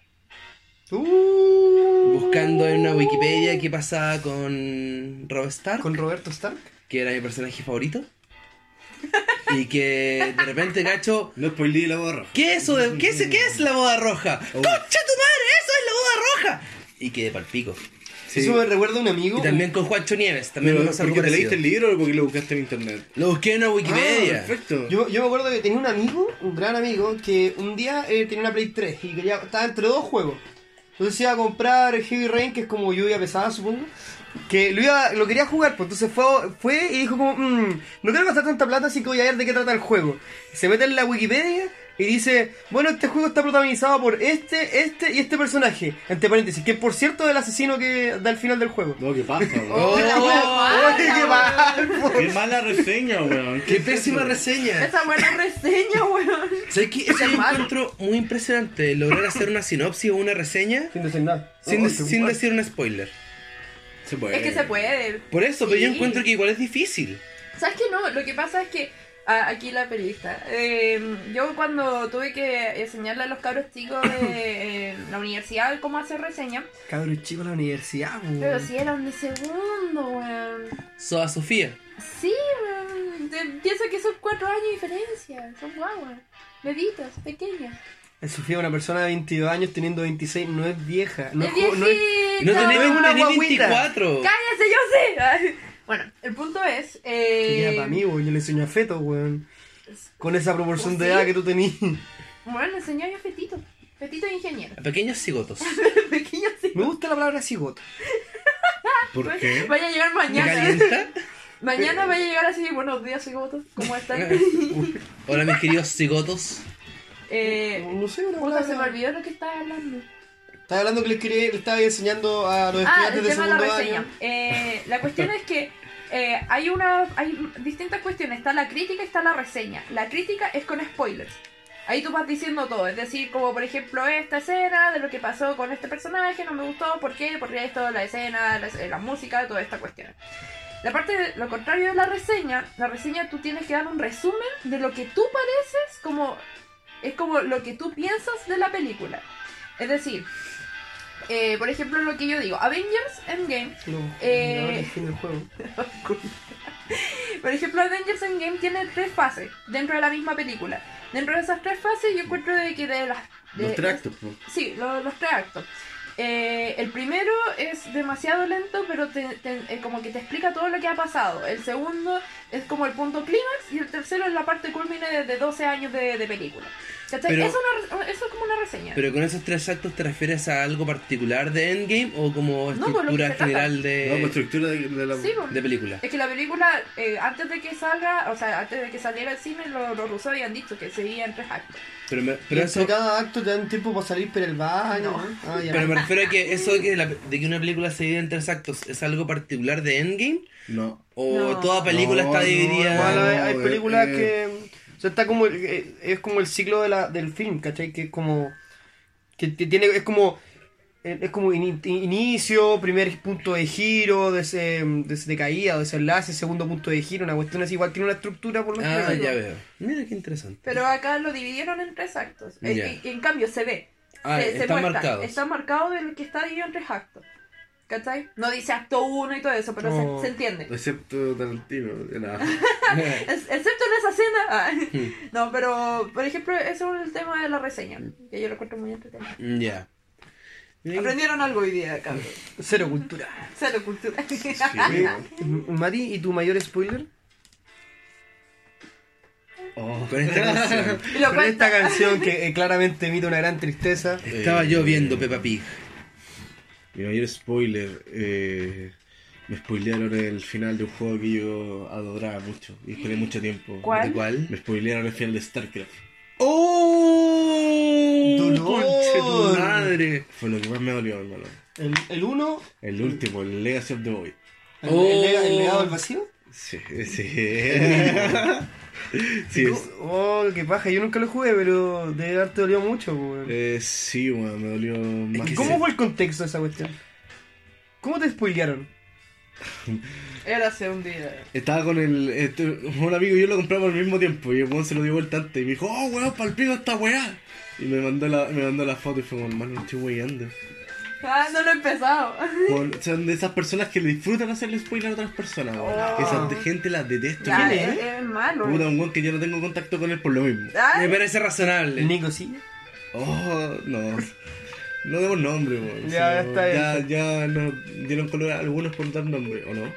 Speaker 2: Uh,
Speaker 4: Buscando en una Wikipedia qué pasaba con Rob Stark,
Speaker 2: Con Roberto Stark.
Speaker 4: que era mi personaje favorito. Y que de repente cacho,
Speaker 1: No spoilé la barra.
Speaker 4: ¿qué es eso? de- ¿Qué es, qué es la boda roja?
Speaker 1: Oh.
Speaker 4: ¡Concha tu madre! ¡Eso es la boda roja! Y quedé palpico.
Speaker 2: Eso me recuerda a un amigo.
Speaker 4: Y también con Juancho Nieves, también
Speaker 1: Pero,
Speaker 4: me pasó algo
Speaker 1: ¿Porque te leíste el
Speaker 4: parecido.
Speaker 1: libro o porque lo buscaste en internet?
Speaker 4: Lo busqué en una Wikipedia.
Speaker 1: Ah, perfecto.
Speaker 2: Yo, yo me acuerdo que tenía un amigo, un gran amigo, que un día eh, tenía una Play 3 y quería, estaba entre dos juegos. Entonces iba a comprar Heavy Rain, que es como lluvia pesada, supongo. Que lo, iba, lo quería jugar, pues entonces fue, fue y dijo como, "Mm, no quiero gastar tanta plata, así que voy a ver de qué trata el juego. Se mete en la Wikipedia y dice, bueno, este juego está protagonizado por este, este y este personaje. Entre paréntesis, que por cierto es el asesino que da el final del juego.
Speaker 1: No, qué pasa, weón.
Speaker 4: Oh,
Speaker 2: ¡Qué
Speaker 3: mala,
Speaker 2: mal, po!
Speaker 1: Qué mala reseña, weón.
Speaker 4: ¡Qué pésima reseña!
Speaker 3: Esa buena reseña, weón.
Speaker 4: ¿Sabes qué? Eso yo encuentro muy impresionante, lograr hacer una sinopsis o una reseña
Speaker 2: Sin decir nada.
Speaker 4: sin,
Speaker 2: Oh,
Speaker 4: de-
Speaker 2: qué
Speaker 4: sin
Speaker 2: mal.
Speaker 4: decir un spoiler.
Speaker 1: Se puede.
Speaker 3: Es que se puede.
Speaker 4: Por eso, pero yo
Speaker 3: Sí.
Speaker 4: encuentro que igual es difícil.
Speaker 3: ¿Sabes qué no? Lo que pasa es que a- aquí la periodista. eh, yo cuando tuve que enseñarle a los cabros chicos de eh, la universidad cómo hacer reseña,
Speaker 2: Cabrón chico en la universidad, po.
Speaker 3: pero si eran de segundo, weón.
Speaker 4: Soa Sofía.
Speaker 3: Sí, weón. Te- Piensa que son cuatro años de diferencia. Son guaguas. Bebitas, pequeñas.
Speaker 2: Sofía, una persona de 22 años teniendo 26, no es vieja. No
Speaker 3: es
Speaker 2: jo- no es-
Speaker 3: viejita.
Speaker 4: No tenés,
Speaker 2: es una
Speaker 4: tenés
Speaker 2: guagüita.
Speaker 4: 24.
Speaker 3: ¡Cállese, yo sé! Ay. Bueno, el punto es... Eh...
Speaker 2: Ya, para mí, weón, yo le enseño a feto, weón. Con esa proporción de
Speaker 3: ¿Sí?
Speaker 2: edad que tú tenías.
Speaker 3: Bueno, enseñó yo a Fetito. Fetito es ingeniero.
Speaker 4: A Pequeños cigotos.
Speaker 3: Pequeño sí.
Speaker 2: Me gusta la palabra cigoto.
Speaker 1: ¿Por qué?
Speaker 3: Vaya a llegar
Speaker 4: ¿Me
Speaker 3: mañana.
Speaker 4: calienta?
Speaker 3: Mañana vaya a llegar así, buenos días, cigotos. ¿Cómo están?
Speaker 4: Hola, mis queridos cigotos.
Speaker 3: eh...
Speaker 2: No sé, una
Speaker 3: Puta, se me
Speaker 2: palabra.
Speaker 3: olvidó lo que estaba hablando.
Speaker 2: Estaba hablando que les quería, le estaba enseñando a los
Speaker 3: Ah,
Speaker 2: estudiantes
Speaker 3: el
Speaker 2: de
Speaker 3: tema de la
Speaker 2: segundo
Speaker 3: reseña.
Speaker 2: año.
Speaker 3: Eh, la cuestión es que eh, hay una, hay distintas cuestiones. Está la crítica y está la reseña. La crítica es con spoilers. Ahí tú vas diciendo todo, es decir, como por ejemplo esta escena de lo que pasó con este personaje, no me gustó, ¿por qué? ¿Por qué esto? La escena, la, eh, la música, toda esta cuestión. La parte, de- lo contrario de la reseña, la reseña tú tienes que dar un resumen de lo que tú pareces, como es como lo que tú piensas de la película. Es decir, eh, por ejemplo lo que yo digo, Avengers Endgame
Speaker 2: No,
Speaker 3: Eh.
Speaker 2: no, el fin del juego.
Speaker 3: Por ejemplo, Avengers Endgame tiene tres fases dentro de la misma película. Dentro de esas tres fases yo encuentro de que de las... de-
Speaker 1: Los tractos, po.
Speaker 3: Sí, lo- los tres actos. Eh, el primero es demasiado lento, pero te- te- eh, como que te explica todo lo que ha pasado. El segundo es como el punto clímax y el tercero es la parte culmine de, de 12 años de, de película. ¿Cachai?
Speaker 4: Pero-
Speaker 3: eso, es una re- eso es como una reseña.
Speaker 4: Pero con esos tres actos, ¿te refieres a algo particular de Endgame o como
Speaker 3: No, por lo
Speaker 4: estructura
Speaker 3: que se trata.
Speaker 4: general
Speaker 1: No, la
Speaker 4: de,
Speaker 1: estructura de, de la.
Speaker 3: Sí, pues. po.
Speaker 4: de película?
Speaker 3: Es que la película, eh, antes de que salga, o sea, antes de que saliera al cine, lo- los rusos habían dicho que seguía en tres actos.
Speaker 4: Pero, me-
Speaker 2: Pero
Speaker 4: pero eso
Speaker 2: cada acto te dan tiempo para salir por el baño.
Speaker 3: No.
Speaker 2: ¿no? Ah, ya.
Speaker 4: Pero me refiero a que eso de que, la- de que una película se divide en tres actos es algo particular de Endgame
Speaker 1: No.
Speaker 4: o
Speaker 3: No.
Speaker 4: toda película
Speaker 1: No,
Speaker 4: está
Speaker 1: no,
Speaker 4: dividida.
Speaker 2: Igual hay, hay
Speaker 1: No,
Speaker 2: películas
Speaker 1: eh,
Speaker 2: que. O sea, está como. el- eh, es como el ciclo de la, del film, ¿cachai? Que es como. Que, que tiene. Es como. eh, Es como ini- inicio, primer punto de giro, de, ese- de, ese- de caída, desenlace, segundo punto de giro, una cuestión así, igual tiene una estructura por lo
Speaker 4: Ah,
Speaker 2: menos.
Speaker 4: ya veo. Mira qué interesante.
Speaker 3: Pero acá lo dividieron en tres actos. Eh,
Speaker 4: Ya.
Speaker 3: y- y en cambio se ve.
Speaker 4: Ah,
Speaker 3: se, se
Speaker 4: están
Speaker 3: muestra,
Speaker 4: marcados.
Speaker 3: Está marcado el que está dividido en tres actos. ¿Cachai? No dice acto uno y todo eso, pero se-
Speaker 2: No.
Speaker 3: se, entiende.
Speaker 1: Excepto Tarantino. de la-
Speaker 3: Es- excepto en esa escena. ah.
Speaker 4: Hmm.
Speaker 3: No, pero por ejemplo, eso es el tema de la reseña. Que yo lo encuentro muy entretenido.
Speaker 4: ya.
Speaker 3: Aprendieron algo hoy día, cabrón.
Speaker 2: Cero cultura.
Speaker 3: Cero cultura.
Speaker 1: Sí, weón.
Speaker 2: Mati, ¿y tu mayor spoiler?
Speaker 1: Oh.
Speaker 4: Con esta canción.
Speaker 3: Y lo
Speaker 2: Con
Speaker 3: cuenta.
Speaker 2: esta canción que eh, claramente emite una gran tristeza.
Speaker 4: Estaba yo viendo Peppa Pig.
Speaker 1: Mi mayor spoiler, eh, me spoilearon el final de un juego que yo adoraba mucho y esperé mucho tiempo.
Speaker 3: ¿Cuál?
Speaker 4: ¿De
Speaker 1: Me
Speaker 4: cuál?
Speaker 1: spoilearon el final de StarCraft.
Speaker 4: ¡Oh!
Speaker 2: Dolor.
Speaker 4: ¡Conche tu madre!
Speaker 1: Fue lo que más me dolió, hermano.
Speaker 2: El, el uno,
Speaker 1: El último, el Legacy of the Void.
Speaker 2: el,
Speaker 4: Oh.
Speaker 2: el lega- el legado del vacío.
Speaker 1: Sí, sí. sí, es-
Speaker 2: Oh, qué paja, yo nunca lo jugué, pero de darte dolió mucho, weón.
Speaker 1: eh, sí, weón, me dolió más
Speaker 4: que
Speaker 1: que
Speaker 2: ¿Cómo fue el contexto de esa cuestión? ¿Cómo te spoilearon?
Speaker 3: Era hace un día.
Speaker 1: Estaba con el. este, un amigo y yo lo compramos al mismo tiempo. Y el weón se lo dio vuelta antes. Y me dijo, oh weón, palpito esta weá. Y me mandó la, me mandó la foto y fue como, hermano, me estoy weyando.
Speaker 3: Ah, no lo he empezado.
Speaker 1: Weón, son de esas personas que le disfrutan hacerle spoiler a otras personas, weón.
Speaker 3: Oh.
Speaker 1: Esa gente las detesto.
Speaker 3: Ya,
Speaker 1: weón.
Speaker 2: ¿quién
Speaker 3: es, es malo.
Speaker 1: Puta, un weón que yo no tengo contacto con él por lo mismo.
Speaker 3: Ah,
Speaker 4: Me parece razonable.
Speaker 2: ¿El Nico sí?
Speaker 1: Oh, no. No demos nombre, weón.
Speaker 2: Ya,
Speaker 1: Sí,
Speaker 2: está
Speaker 1: Ya, ya nos dieron color a algunos por dar nombre, ¿o no?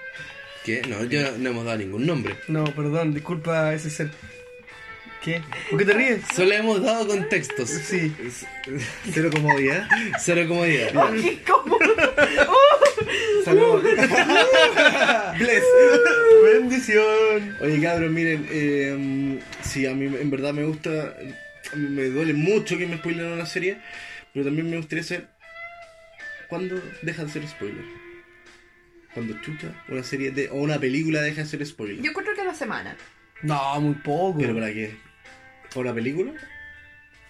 Speaker 4: ¿Qué? No, yo no hemos dado ningún nombre.
Speaker 2: No, perdón, disculpa ese ser. ¿Qué? ¿Por qué te ríes?
Speaker 4: Solo hemos dado contextos.
Speaker 2: Sí.
Speaker 1: Es- Cero comodidad.
Speaker 4: Cero comodidad.
Speaker 3: oh, qué cómodo.
Speaker 1: Saludos. Bless.
Speaker 2: Bendición.
Speaker 1: Oye, cabros, miren, eh, sí, a mí en verdad me gusta, a mí me duele mucho que me spoilen una serie, pero también me gustaría saber cuándo deja de ser spoiler. Cuando chucha una serie de, o una película deja de ser spoiler.
Speaker 3: Yo creo que la semana.
Speaker 2: No, muy poco.
Speaker 1: ¿Pero para qué? ¿Para una película?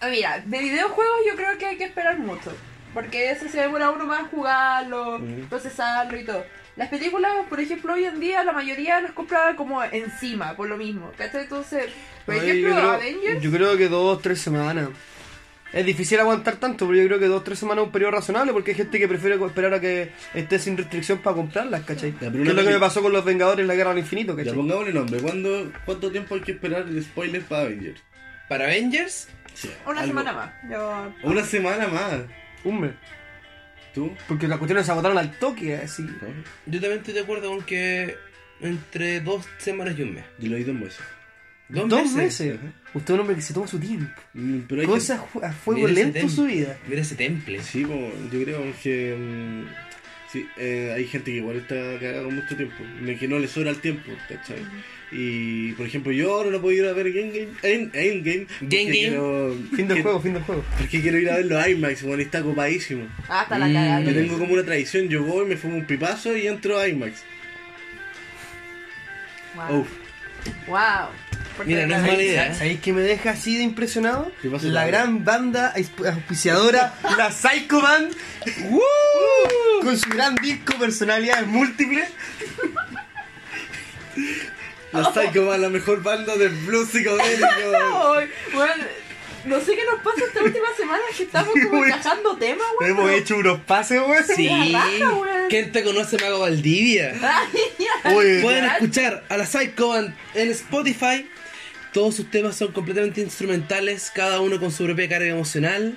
Speaker 3: Ah, Mira, de videojuegos yo creo que hay que esperar mucho. Porque eso se demora uno más jugarlo,
Speaker 1: Mm.
Speaker 3: procesarlo y todo. Las películas, por ejemplo, hoy en día la mayoría las compra como encima, por lo mismo. ¿Cachai? Entonces, por
Speaker 2: Ay,
Speaker 3: ejemplo,
Speaker 2: yo, creo,
Speaker 3: Avengers.
Speaker 2: yo creo que dos, tres semanas. Es difícil aguantar tanto, pero yo creo que dos, tres semanas es un periodo razonable porque hay gente que prefiere co- esperar a que esté sin restricción para comprarlas, ¿cachai?
Speaker 1: pero
Speaker 2: que
Speaker 1: una
Speaker 2: es lo que
Speaker 1: peli-
Speaker 2: me pasó con los Vengadores en la Guerra del Infinito,
Speaker 1: Ya
Speaker 2: ¿cachai?
Speaker 1: pongámosle nombre, ¿Cuándo, ¿cuánto tiempo hay que esperar el spoiler para Avengers?
Speaker 4: Para Avengers,
Speaker 1: Sí,
Speaker 3: Una
Speaker 1: algo.
Speaker 3: semana más. Yo...
Speaker 1: Una semana más.
Speaker 2: Hombre,
Speaker 1: ¿Tú?
Speaker 2: porque las cuestiones se agotaron al toque, así.
Speaker 1: ¿No?
Speaker 4: yo también estoy de acuerdo con que entre dos semanas y un mes.
Speaker 1: Yo lo he ido en hueso.
Speaker 4: Dos,
Speaker 2: Dos
Speaker 4: meses.
Speaker 2: meses.
Speaker 1: Ajá.
Speaker 2: Usted es un hombre que se toma su tiempo.
Speaker 1: Mm, Pero hay
Speaker 2: Cosas ju- a fuego
Speaker 4: Mira ese
Speaker 2: lento
Speaker 4: tema.
Speaker 2: su vida.
Speaker 4: Mira ese temple.
Speaker 1: que... Sí, po, yo creo que... mm, sí, eh, hay gente que igual está cagada con mucho tiempo. de Que no le sobra el tiempo, ¿cachai? Y, por ejemplo, yo ahora no puedo ir a ver Endgame. End- Endgame. porque
Speaker 4: Endgame.
Speaker 1: quiero-
Speaker 2: Fin del
Speaker 1: que-
Speaker 2: juego, fin del juego.
Speaker 1: Porque quiero ir a ver los IMAX, bueno, y está copadísimo.
Speaker 3: Ah, hasta la
Speaker 4: Mm,
Speaker 3: cagada.
Speaker 1: Yo tengo como una tradición, yo voy, me fumo un pipazo y entro a IMAX.
Speaker 4: Ah.
Speaker 3: Wow.
Speaker 1: Uf.
Speaker 3: Wow. Porque
Speaker 4: Mira, no es
Speaker 3: la-
Speaker 4: mala idea. ¿eh?
Speaker 2: ¿Sabéis que me deja así de impresionado?
Speaker 1: ¿Qué pasa,
Speaker 2: La
Speaker 1: Pablo?
Speaker 2: gran banda aus- auspiciadora, la Psycho Band, ¡Woo! con su gran disco Personalidades Múltiples.
Speaker 4: Oh.
Speaker 1: La Psycho Band, la mejor banda de blues psicodélico.
Speaker 3: Ay, bueno, no sé qué nos pasa esta última semana que estamos como
Speaker 2: Güey.
Speaker 3: encajando temas, güey.
Speaker 2: Hemos
Speaker 3: pero-
Speaker 2: hecho unos pases, weón.
Speaker 4: Sí.
Speaker 3: La raja, weón.
Speaker 4: ¿Quién te conoce, Mago Valdivia?
Speaker 3: Ay, ya.
Speaker 2: Oye,
Speaker 4: Pueden
Speaker 3: ¿verdad?
Speaker 4: escuchar a la Psycho Band en Spotify. Todos sus temas son completamente instrumentales, cada uno con su propia carga emocional.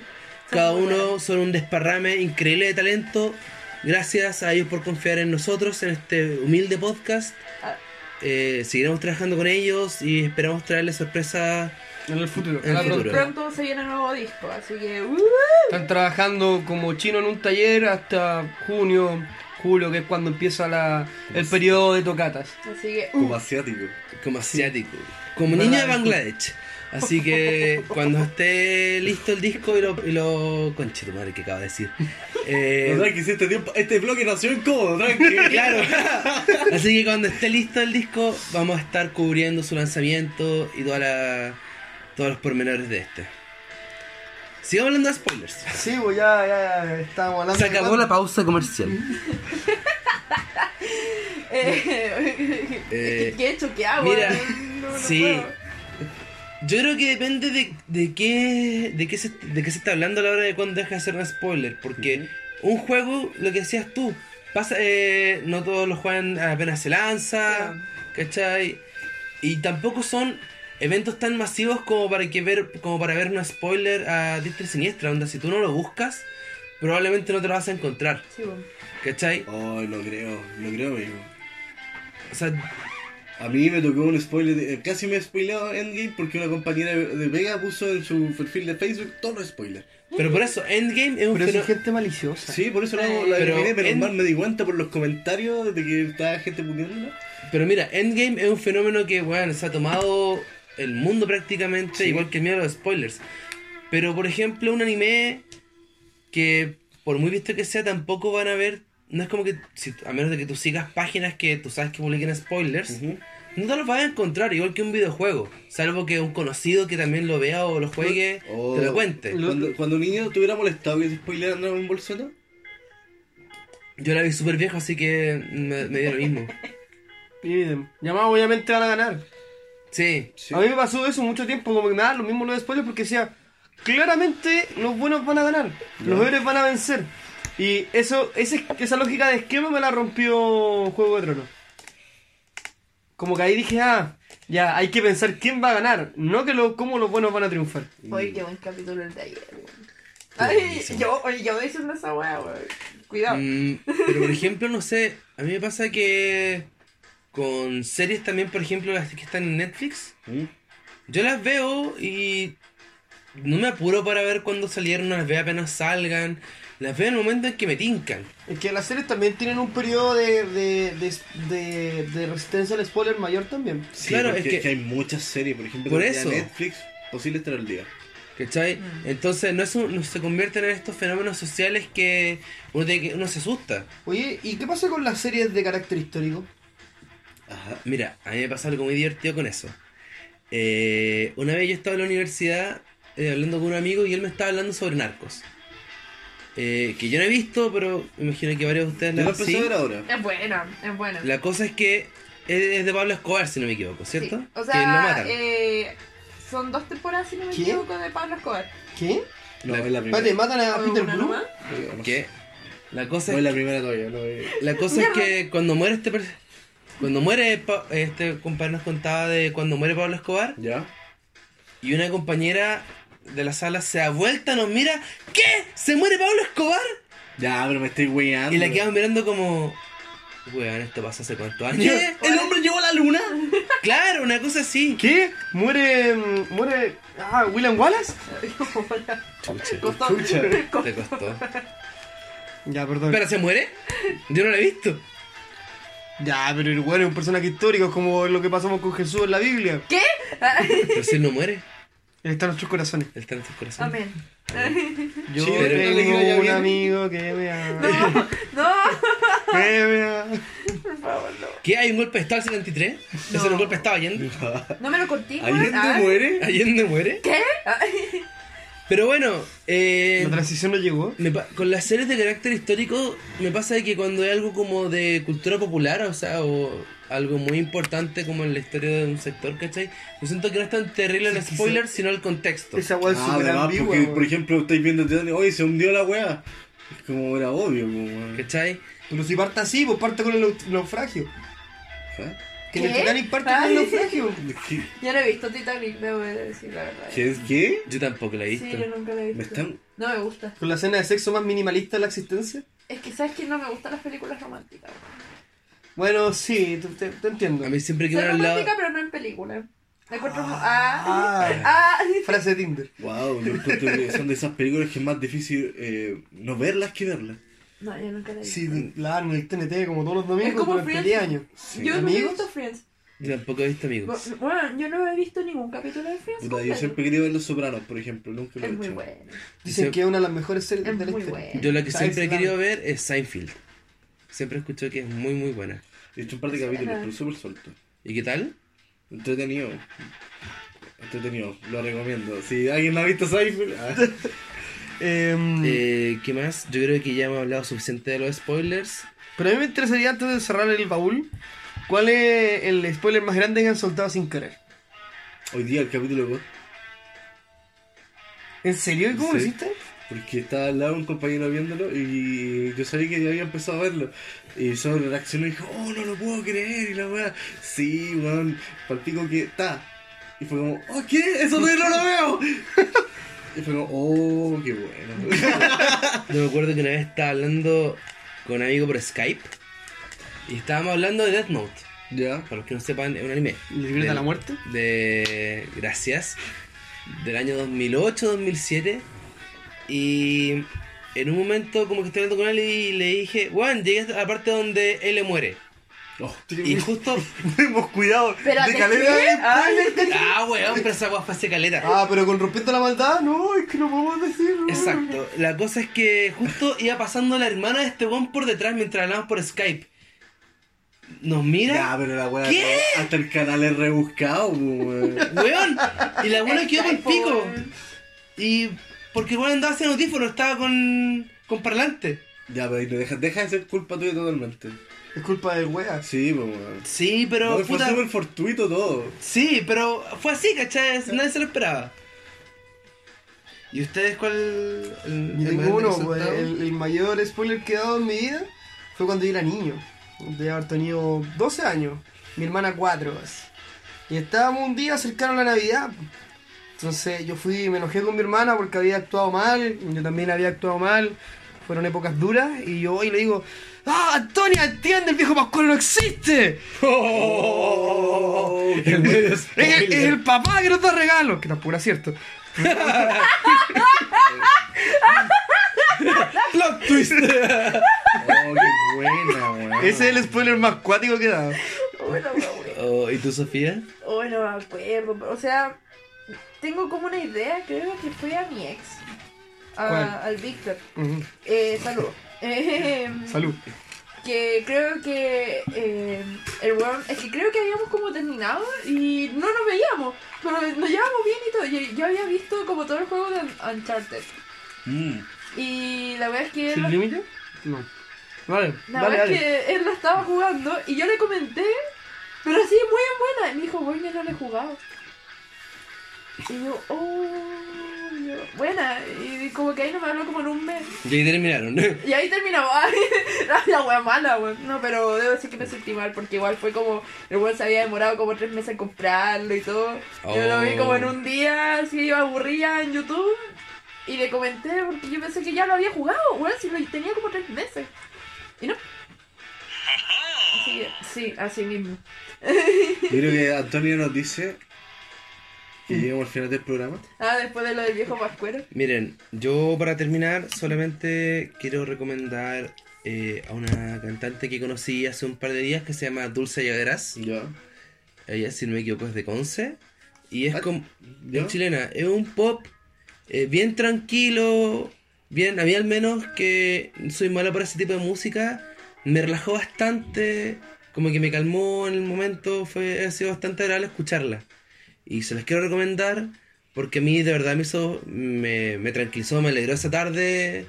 Speaker 4: Cada
Speaker 3: muy
Speaker 4: uno
Speaker 3: buenos.
Speaker 4: son un desparrame increíble de talento. Gracias a ellos por confiar en nosotros, en este humilde podcast.
Speaker 3: Ah.
Speaker 4: Eh, seguiremos trabajando con ellos y esperamos traerles sorpresas.
Speaker 2: En el futuro. Ah,
Speaker 4: En el futuro.
Speaker 3: Pronto se viene un nuevo disco, así que. uh,
Speaker 2: Están trabajando como chino en un taller hasta junio, julio, que es cuando empieza la, el
Speaker 4: Pues
Speaker 2: periodo de tocatas.
Speaker 3: así que. uh,
Speaker 1: Como asiático.
Speaker 4: como asiático, como
Speaker 2: Nada
Speaker 4: niño de
Speaker 2: de
Speaker 4: Bangladesh. Así que cuando esté listo el disco y lo. Y lo... Conche tu madre, que acabo de decir. Eh,
Speaker 1: No, tranqui, si este, tiempo, este bloque nació en cómodo, tranqui.
Speaker 4: claro. Así que cuando esté listo el disco, vamos a estar cubriendo su lanzamiento y toda la, todos los pormenores de este. Sigamos hablando de spoilers.
Speaker 2: Sí, pues ya, ya, ya, estábamos hablando.
Speaker 4: Se acabó la pausa comercial.
Speaker 3: eh,
Speaker 4: Eh,
Speaker 3: ¿Qué he hecho? ¿Qué hago?
Speaker 4: mira,
Speaker 3: weón? No, no
Speaker 4: sí.
Speaker 3: puedo.
Speaker 4: Yo creo que depende de, de qué, de, qué se, de qué se está hablando a la hora de cuando deja de ser un spoiler. Porque un juego, lo que decías tú, pasa, eh, no todos lo juegan apenas se lanza,
Speaker 3: Claro.
Speaker 4: ¿cachai? Y tampoco son eventos tan masivos como para que ver como para ver un spoiler a diestra y siniestra. Onda, si tú no lo buscas, probablemente no te lo vas a encontrar,
Speaker 3: Sí, weón.
Speaker 4: ¿cachai?
Speaker 1: Ay, no creo, no creo, amigo.
Speaker 4: O sea,
Speaker 1: A mí me tocó un spoiler, de- casi me he spoileado Endgame porque una compañera de Vega puso en su perfil de Facebook todos los spoilers.
Speaker 4: Pero por eso, Endgame es un
Speaker 2: Pero eso
Speaker 4: fenómeno.
Speaker 2: es gente maliciosa.
Speaker 1: Sí, por eso la, la
Speaker 4: Pero
Speaker 1: eliminé, pero
Speaker 4: en-
Speaker 1: mal me di cuenta por los comentarios de que estaba gente poniéndola.
Speaker 4: Pero mira, Endgame es un fenómeno que, weón, se ha tomado el mundo prácticamente,
Speaker 1: Sí.
Speaker 4: igual que el miedo a los spoilers. Pero, por ejemplo, un anime que, por muy visto que sea, tampoco van a ver. No es como que, si- a menos de que tú sigas páginas que tú sabes que publiquen spoilers, no te los vas a encontrar, igual que un videojuego. Salvo que un conocido que también lo vea o lo juegue,
Speaker 1: O-
Speaker 4: te lo cuente.
Speaker 2: Lo-
Speaker 1: Oh. Cuando, cuando un niño te hubiera molestado que se spoilearan un bolseta,
Speaker 4: Yo la vi súper viejo, así que me, me dio lo mismo.
Speaker 2: Piden. Y además, obviamente van a ganar.
Speaker 4: Sí.
Speaker 1: Sí.
Speaker 2: A mí me pasó eso mucho tiempo, como que me daba lo mismo los spoilers porque decía, claramente los buenos van a ganar, los héroes van a vencer. Y eso, ese- esa lógica de esquema me la rompió Juego de Tronos. Como que ahí dije, ah, ya, hay que pensar quién va a ganar, no que lo, cómo los buenos van a triunfar.
Speaker 3: Oye, qué buen capítulo el de ayer, weón. Ay, yo, oye, yo me hice una esa weá, weón. Cuidado.
Speaker 4: Mm, pero por ejemplo, no sé, a mí me pasa que con series también, por ejemplo, las que están en Netflix,
Speaker 1: ¿Mm?
Speaker 4: yo las veo y no me apuro para ver cuándo salieron, no las veo apenas salgan, las veo en el momento en que me tincan.
Speaker 2: Es que las series también tienen un periodo de, de, de- de- de resistencia al spoiler mayor también.
Speaker 1: Sí,
Speaker 4: Claro,
Speaker 1: porque
Speaker 4: es que-
Speaker 1: hay muchas series, por ejemplo,
Speaker 4: Por
Speaker 1: que tenía
Speaker 4: eso.
Speaker 1: Netflix, posible estar al día.
Speaker 4: ¿Cachai? Entonces no, es un- no se convierten en estos fenómenos sociales que uno, tiene que uno se asusta.
Speaker 2: Oye, ¿y qué pasa con las series de carácter histórico?
Speaker 1: Ajá.
Speaker 4: Mira, a mí me pasa algo muy divertido con eso. Eh, una vez yo estaba en la universidad eh, hablando con un amigo y él me estaba hablando sobre narcos. Eh, que yo no he visto, pero me imagino que varios de ustedes
Speaker 1: ¿Te
Speaker 4: la
Speaker 1: lo
Speaker 4: han
Speaker 1: empezó a ver ahora?
Speaker 3: Es buena, es buena.
Speaker 4: La cosa es que es es de Pablo Escobar, si no me equivoco,
Speaker 3: Sí.
Speaker 4: ¿cierto?
Speaker 3: O
Speaker 4: que lo
Speaker 3: sea,
Speaker 4: matan.
Speaker 3: eh, son dos temporadas, si no me
Speaker 2: ¿Qué?
Speaker 3: equivoco, de Pablo Escobar.
Speaker 2: ¿Qué?
Speaker 1: No,
Speaker 4: La-
Speaker 1: es la
Speaker 2: Espérate,
Speaker 1: primera.
Speaker 2: ¿matan a Peter
Speaker 3: ¿Alguna
Speaker 2: Blue?
Speaker 3: nomás?
Speaker 4: Que la cosa
Speaker 1: No
Speaker 4: es
Speaker 1: es la primera todavía, no eh. es...
Speaker 4: La cosa es que cuando muere este per- cuando muere Pa- este compadre nos contaba de cuando muere Pablo Escobar
Speaker 1: ¿Ya?
Speaker 4: y una compañera de la sala se da vuelta, nos mira, ¿qué? ¿Se muere Pablo Escobar?
Speaker 1: Ya, pero me estoy weando.
Speaker 3: Ah,
Speaker 4: Y la quedamos mirando como. Weón, esto pasó hace cuántos años.
Speaker 1: ¿Qué? ¿El hombre llegó a la luna?
Speaker 4: Claro, una cosa así.
Speaker 2: ¿Qué? ¿Muere. mm, muere. Ah, William Wallace?
Speaker 4: Chucha,
Speaker 3: Costó.
Speaker 1: Chucha.
Speaker 3: Costó.
Speaker 4: te costó.
Speaker 2: Ya, perdón.
Speaker 4: ¿Pero se muere? Yo no la he visto.
Speaker 2: Ya, pero el weón es un personaje histórico, es como lo que pasamos con Jesús en la Biblia.
Speaker 3: ¿Qué? Ah,
Speaker 4: Pero si él no muere,
Speaker 2: Él está en nuestros corazones.
Speaker 4: él está en tus corazones.
Speaker 3: Amén.
Speaker 2: Yo
Speaker 1: Sí, pero no le
Speaker 2: tengo
Speaker 1: digo ya
Speaker 2: un
Speaker 1: bien.
Speaker 2: amigo que me ama.
Speaker 3: No,
Speaker 2: Que me ama.
Speaker 3: por favor, no.
Speaker 4: ¿Qué? ¿Hay un golpe de Estado al 73? ¿Ese
Speaker 3: No.
Speaker 4: era un golpe de Estado Allende?
Speaker 3: No me lo conté,
Speaker 1: ¿Alguien
Speaker 3: weón. Ah,
Speaker 1: te muere?
Speaker 4: ¿Allende muere?
Speaker 3: ¿Qué? Ah,
Speaker 4: Pero bueno, eh,
Speaker 2: La transición no llegó.
Speaker 4: me pa- con las series de carácter histórico me pasa de que cuando hay algo como de cultura popular, o sea, o algo muy importante como en la historia de un sector, ¿cachai? Yo siento que no es tan terrible el spoiler, sino el contexto.
Speaker 2: Esa weón es
Speaker 1: Ah,
Speaker 2: súper
Speaker 1: además,
Speaker 2: ambigua.
Speaker 1: porque,
Speaker 2: weón.
Speaker 1: por ejemplo, estáis viendo Titanic, oye, se hundió la wea. Es como era obvio, como weón.
Speaker 4: ¿Cachai?
Speaker 2: Pero si parte así, pues parte con el nauf- naufragio.
Speaker 1: ¿Ah?
Speaker 2: Que en el
Speaker 3: ¿Qué?
Speaker 2: Titanic parte con el
Speaker 3: Ay.
Speaker 2: naufragio.
Speaker 1: ¿Qué?
Speaker 3: Yo no he visto Titanic, debo de decir la verdad.
Speaker 1: ¿Qué? ¿Qué?
Speaker 4: Yo tampoco la he visto.
Speaker 3: Sí, yo nunca la
Speaker 1: ¿Me
Speaker 3: he visto.
Speaker 1: están...?
Speaker 3: No me gusta.
Speaker 2: Con la escena de sexo más minimalista de la existencia.
Speaker 3: Es que sabes que no me gustan las películas románticas. weón.
Speaker 2: Bueno, sí, te, te- te entiendo.
Speaker 4: A mí siempre que me
Speaker 3: Soy
Speaker 4: han hablado.
Speaker 3: romántica, pero no en película. Me encuentro.
Speaker 2: Ah.
Speaker 3: Ah, ah,
Speaker 2: Frase de Tinder.
Speaker 1: Wow, yo encuentro que son de esas películas que es más difícil eh, no verlas que verlas.
Speaker 3: No, yo nunca la he visto.
Speaker 2: Sí, la dan en el TNT como todos los
Speaker 3: Es
Speaker 2: domingos
Speaker 3: como
Speaker 2: durante
Speaker 3: Friends.
Speaker 2: 10 años.
Speaker 3: Yo no he
Speaker 2: ¿Amigos?
Speaker 3: visto Friends.
Speaker 4: Yo tampoco he visto amigos.
Speaker 3: Bu- Bueno, yo no he visto ningún capítulo de Friends.
Speaker 1: Puta, yo
Speaker 3: completo.
Speaker 1: siempre quería ver Los Sopranos, por ejemplo, nunca lo he
Speaker 3: Es muy
Speaker 1: hecho.
Speaker 3: bueno.
Speaker 2: Dicen
Speaker 4: Dice-
Speaker 2: que es una de las mejores series este.
Speaker 3: Es
Speaker 2: de la
Speaker 3: muy
Speaker 2: historia.
Speaker 3: bueno.
Speaker 4: Yo la que
Speaker 2: Está
Speaker 4: siempre he
Speaker 2: aislado.
Speaker 4: querido ver es Seinfeld. Siempre escucho que es muy muy buena.
Speaker 1: He hecho un par de capítulos, pero súper suelto.
Speaker 4: ¿Y qué tal?
Speaker 1: Entretenido. Entretenido, lo recomiendo. Si alguien no ha visto ah. Cypher,
Speaker 2: Em,
Speaker 4: Eh, ¿Qué más? Yo creo que ya hemos hablado suficiente de los spoilers.
Speaker 2: Pero a mí me interesaría antes de cerrar el baúl, ¿cuál es el spoiler más grande que han soltado sin querer?
Speaker 1: hoy día el capítulo de God,
Speaker 2: ¿En serio? ¿Y cómo lo
Speaker 1: Sí.
Speaker 2: hiciste?
Speaker 1: porque estaba al lado un compañero viéndolo y yo sabía que ya había empezado a verlo. Y sobre reaccionó y dijo, oh, no lo puedo creer. Y la weá, sí, weón, palpico que está. Y fue como, oh, ¿qué? Eso todavía no lo veo. y fue como, oh, qué bueno.
Speaker 4: Yo me acuerdo que una vez estaba hablando con un amigo por Skype y estábamos hablando de Death Note.
Speaker 2: Ya.
Speaker 4: Para los que no sepan, es un anime.
Speaker 2: ¿Libre de
Speaker 4: Del-
Speaker 2: la muerte?
Speaker 4: de gracias del año 2008 2007 y en un momento como que estoy hablando con él y le dije Juan llegué a la parte donde él muere
Speaker 1: Oh,
Speaker 4: y justo
Speaker 2: Hemos cuidado.
Speaker 3: Espérate,
Speaker 2: de caleta
Speaker 3: ¿qué?
Speaker 2: de
Speaker 1: ¿eh?
Speaker 2: spoiler, ¿cachai?
Speaker 4: ah weón pero esa weá fue hace caleta
Speaker 2: Ah, pero con respecto a la maldad, no, es que no podemos decirlo.
Speaker 4: Exacto. La cosa es que justo iba pasando la hermana de este weón por detrás mientras hablábamos por Skype. Nos
Speaker 1: Ya,
Speaker 4: mira,
Speaker 1: pero la weá.
Speaker 4: ¿Qué?
Speaker 1: Hasta el canal es rebuscado, weón.
Speaker 4: weón. Y la weona quedó con el
Speaker 3: Skype,
Speaker 4: pico.
Speaker 3: weón.
Speaker 4: Y porque el weón andaba sin audífono, estaba con, con parlante.
Speaker 1: Ya, pero ahí te deja, deja de ser culpa tuya totalmente.
Speaker 2: Es culpa del wea.
Speaker 1: Sí, pues, weón.
Speaker 4: Sí, pero
Speaker 1: No, fue
Speaker 4: puta.
Speaker 1: súper fortuito todo.
Speaker 4: Sí, pero fue así, ¿cachai? Nadie se lo esperaba. ¿Y ustedes cuál? el- el
Speaker 2: Yo
Speaker 4: más
Speaker 2: tengo uno, pues,
Speaker 4: resultado?
Speaker 2: el, el mayor spoiler que he dado en mi vida fue cuando yo era niño. De haber tenido 12 años. Mi hermana 4. Y estábamos un día cercano a la Navidad. Entonces yo fui, me enojé con mi hermana porque había actuado mal. Yo también había actuado mal. Fueron épocas duras. Y yo hoy le digo, ¡Ah, Antonia, entiende! El viejo Pascual no existe.
Speaker 1: Oh, qué medio
Speaker 2: Es,
Speaker 1: spoiler.
Speaker 2: es el papá que nos da regalos. Que tampoco era cierto.
Speaker 4: plot twist.
Speaker 1: Oh, qué buena, weón.
Speaker 2: Ese es el spoiler más cuático que he dado.
Speaker 3: Bueno, weón.
Speaker 4: Oh, ¿Y tú, Sofía?
Speaker 3: Oh, no me acuerdo. pero, O sea, tengo como una idea, creo que fue a mi ex. a-
Speaker 2: ¿Cuál?
Speaker 3: al Víctor.
Speaker 2: Ujú.
Speaker 3: Eh, saludos. Eh,
Speaker 2: Salud.
Speaker 3: que creo que eh, el weón, es que creo que habíamos como terminado y no nos veíamos, pero nos llevábamos bien y todo. Yo, yo había visto como todo el juego de Uncharted.
Speaker 1: Mm.
Speaker 3: Y la verdad es que él,
Speaker 2: ¿Sin
Speaker 3: lo-
Speaker 2: límite? No. Vale,
Speaker 3: la
Speaker 2: vale,
Speaker 3: verdad
Speaker 2: dale.
Speaker 3: es que él lo estaba jugando y yo le comenté, pero así muy en buena. Y me dijo, bueno, yo no lo he jugado. Y yo, oh, y yo, buena. Y como que ahí no me habló como en un mes.
Speaker 4: Y ahí terminaron.
Speaker 3: Y ahí terminaba la, la wea mala, weón. No, pero debo decir que me sentí mal porque igual fue como. El weón se había demorado como tres meses en comprarlo y todo. Yo lo vi
Speaker 4: Oh.
Speaker 3: como en un día, así aburrida en YouTube. Y le comenté porque yo pensé que ya lo había jugado, weón. Si lo tenía como tres meses. Y no. Así que, sí, así mismo.
Speaker 1: Yo creo que Antonio nos dice que llegamos al final del programa.
Speaker 3: Ah, después de lo del viejo pascuero.
Speaker 4: Miren, yo para terminar solamente quiero recomendar eh, a una cantante que conocí hace un par de días que se llama Dulce Llaveras.
Speaker 1: Ya.
Speaker 4: Ella, si no me equivoco, es de Conce. Y es
Speaker 1: Ah,
Speaker 4: como
Speaker 1: ¿Ya?
Speaker 4: es chilena. Es un pop eh, bien tranquilo. Bien, a mí al menos que soy malo para ese tipo de música. Me relajó bastante. Como que me calmó en el momento. Fue, ha sido bastante agradable escucharla. Y se las quiero recomendar porque a mí de verdad me hizo, me, me tranquilizó, me alegró esa tarde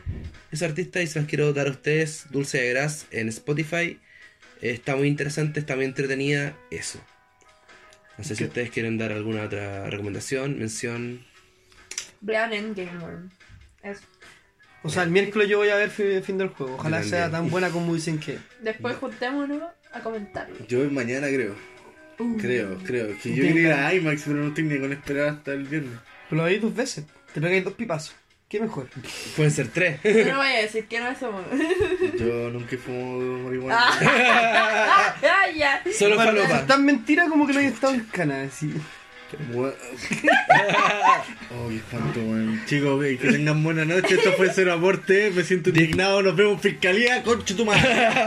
Speaker 4: ese artista y se las quiero dar a ustedes, Dulce de Gras, en Spotify. Eh, Está muy interesante, está muy entretenida, eso. No sé si
Speaker 2: Ok.
Speaker 4: ustedes quieren dar alguna otra recomendación, mención.
Speaker 3: Vean Endgame, weón. Eso.
Speaker 2: O sea, el miércoles yo voy a ver fi- fin del juego. Ojalá
Speaker 4: Yo
Speaker 2: sea
Speaker 4: también.
Speaker 2: tan buena como dicen que.
Speaker 3: Después juntémonos a comentarlo.
Speaker 1: Yo voy mañana creo. Creo, creo. Que yo
Speaker 2: Venga.
Speaker 1: quería ir a IMAX, pero no tenía con esperar hasta el viernes.
Speaker 2: Pero lo veis dos veces. Te pegáis dos pipazos. ¿Qué mejor?
Speaker 4: Pueden ser tres.
Speaker 3: No vaya a decir que no somos.
Speaker 1: Yo nunca fumo marihuana.
Speaker 3: Ah, ah, ya.
Speaker 4: Solo
Speaker 2: Bueno, eso
Speaker 4: falopa.
Speaker 2: es tan mentira como que no hay estado en Canadá. así.
Speaker 1: Mua- oh, qué espanto, weón. Chicos, que tengan buena noche. Esto fue Cero Aporte. Me siento indignado. Nos vemos en fiscalía. Concha tu madre.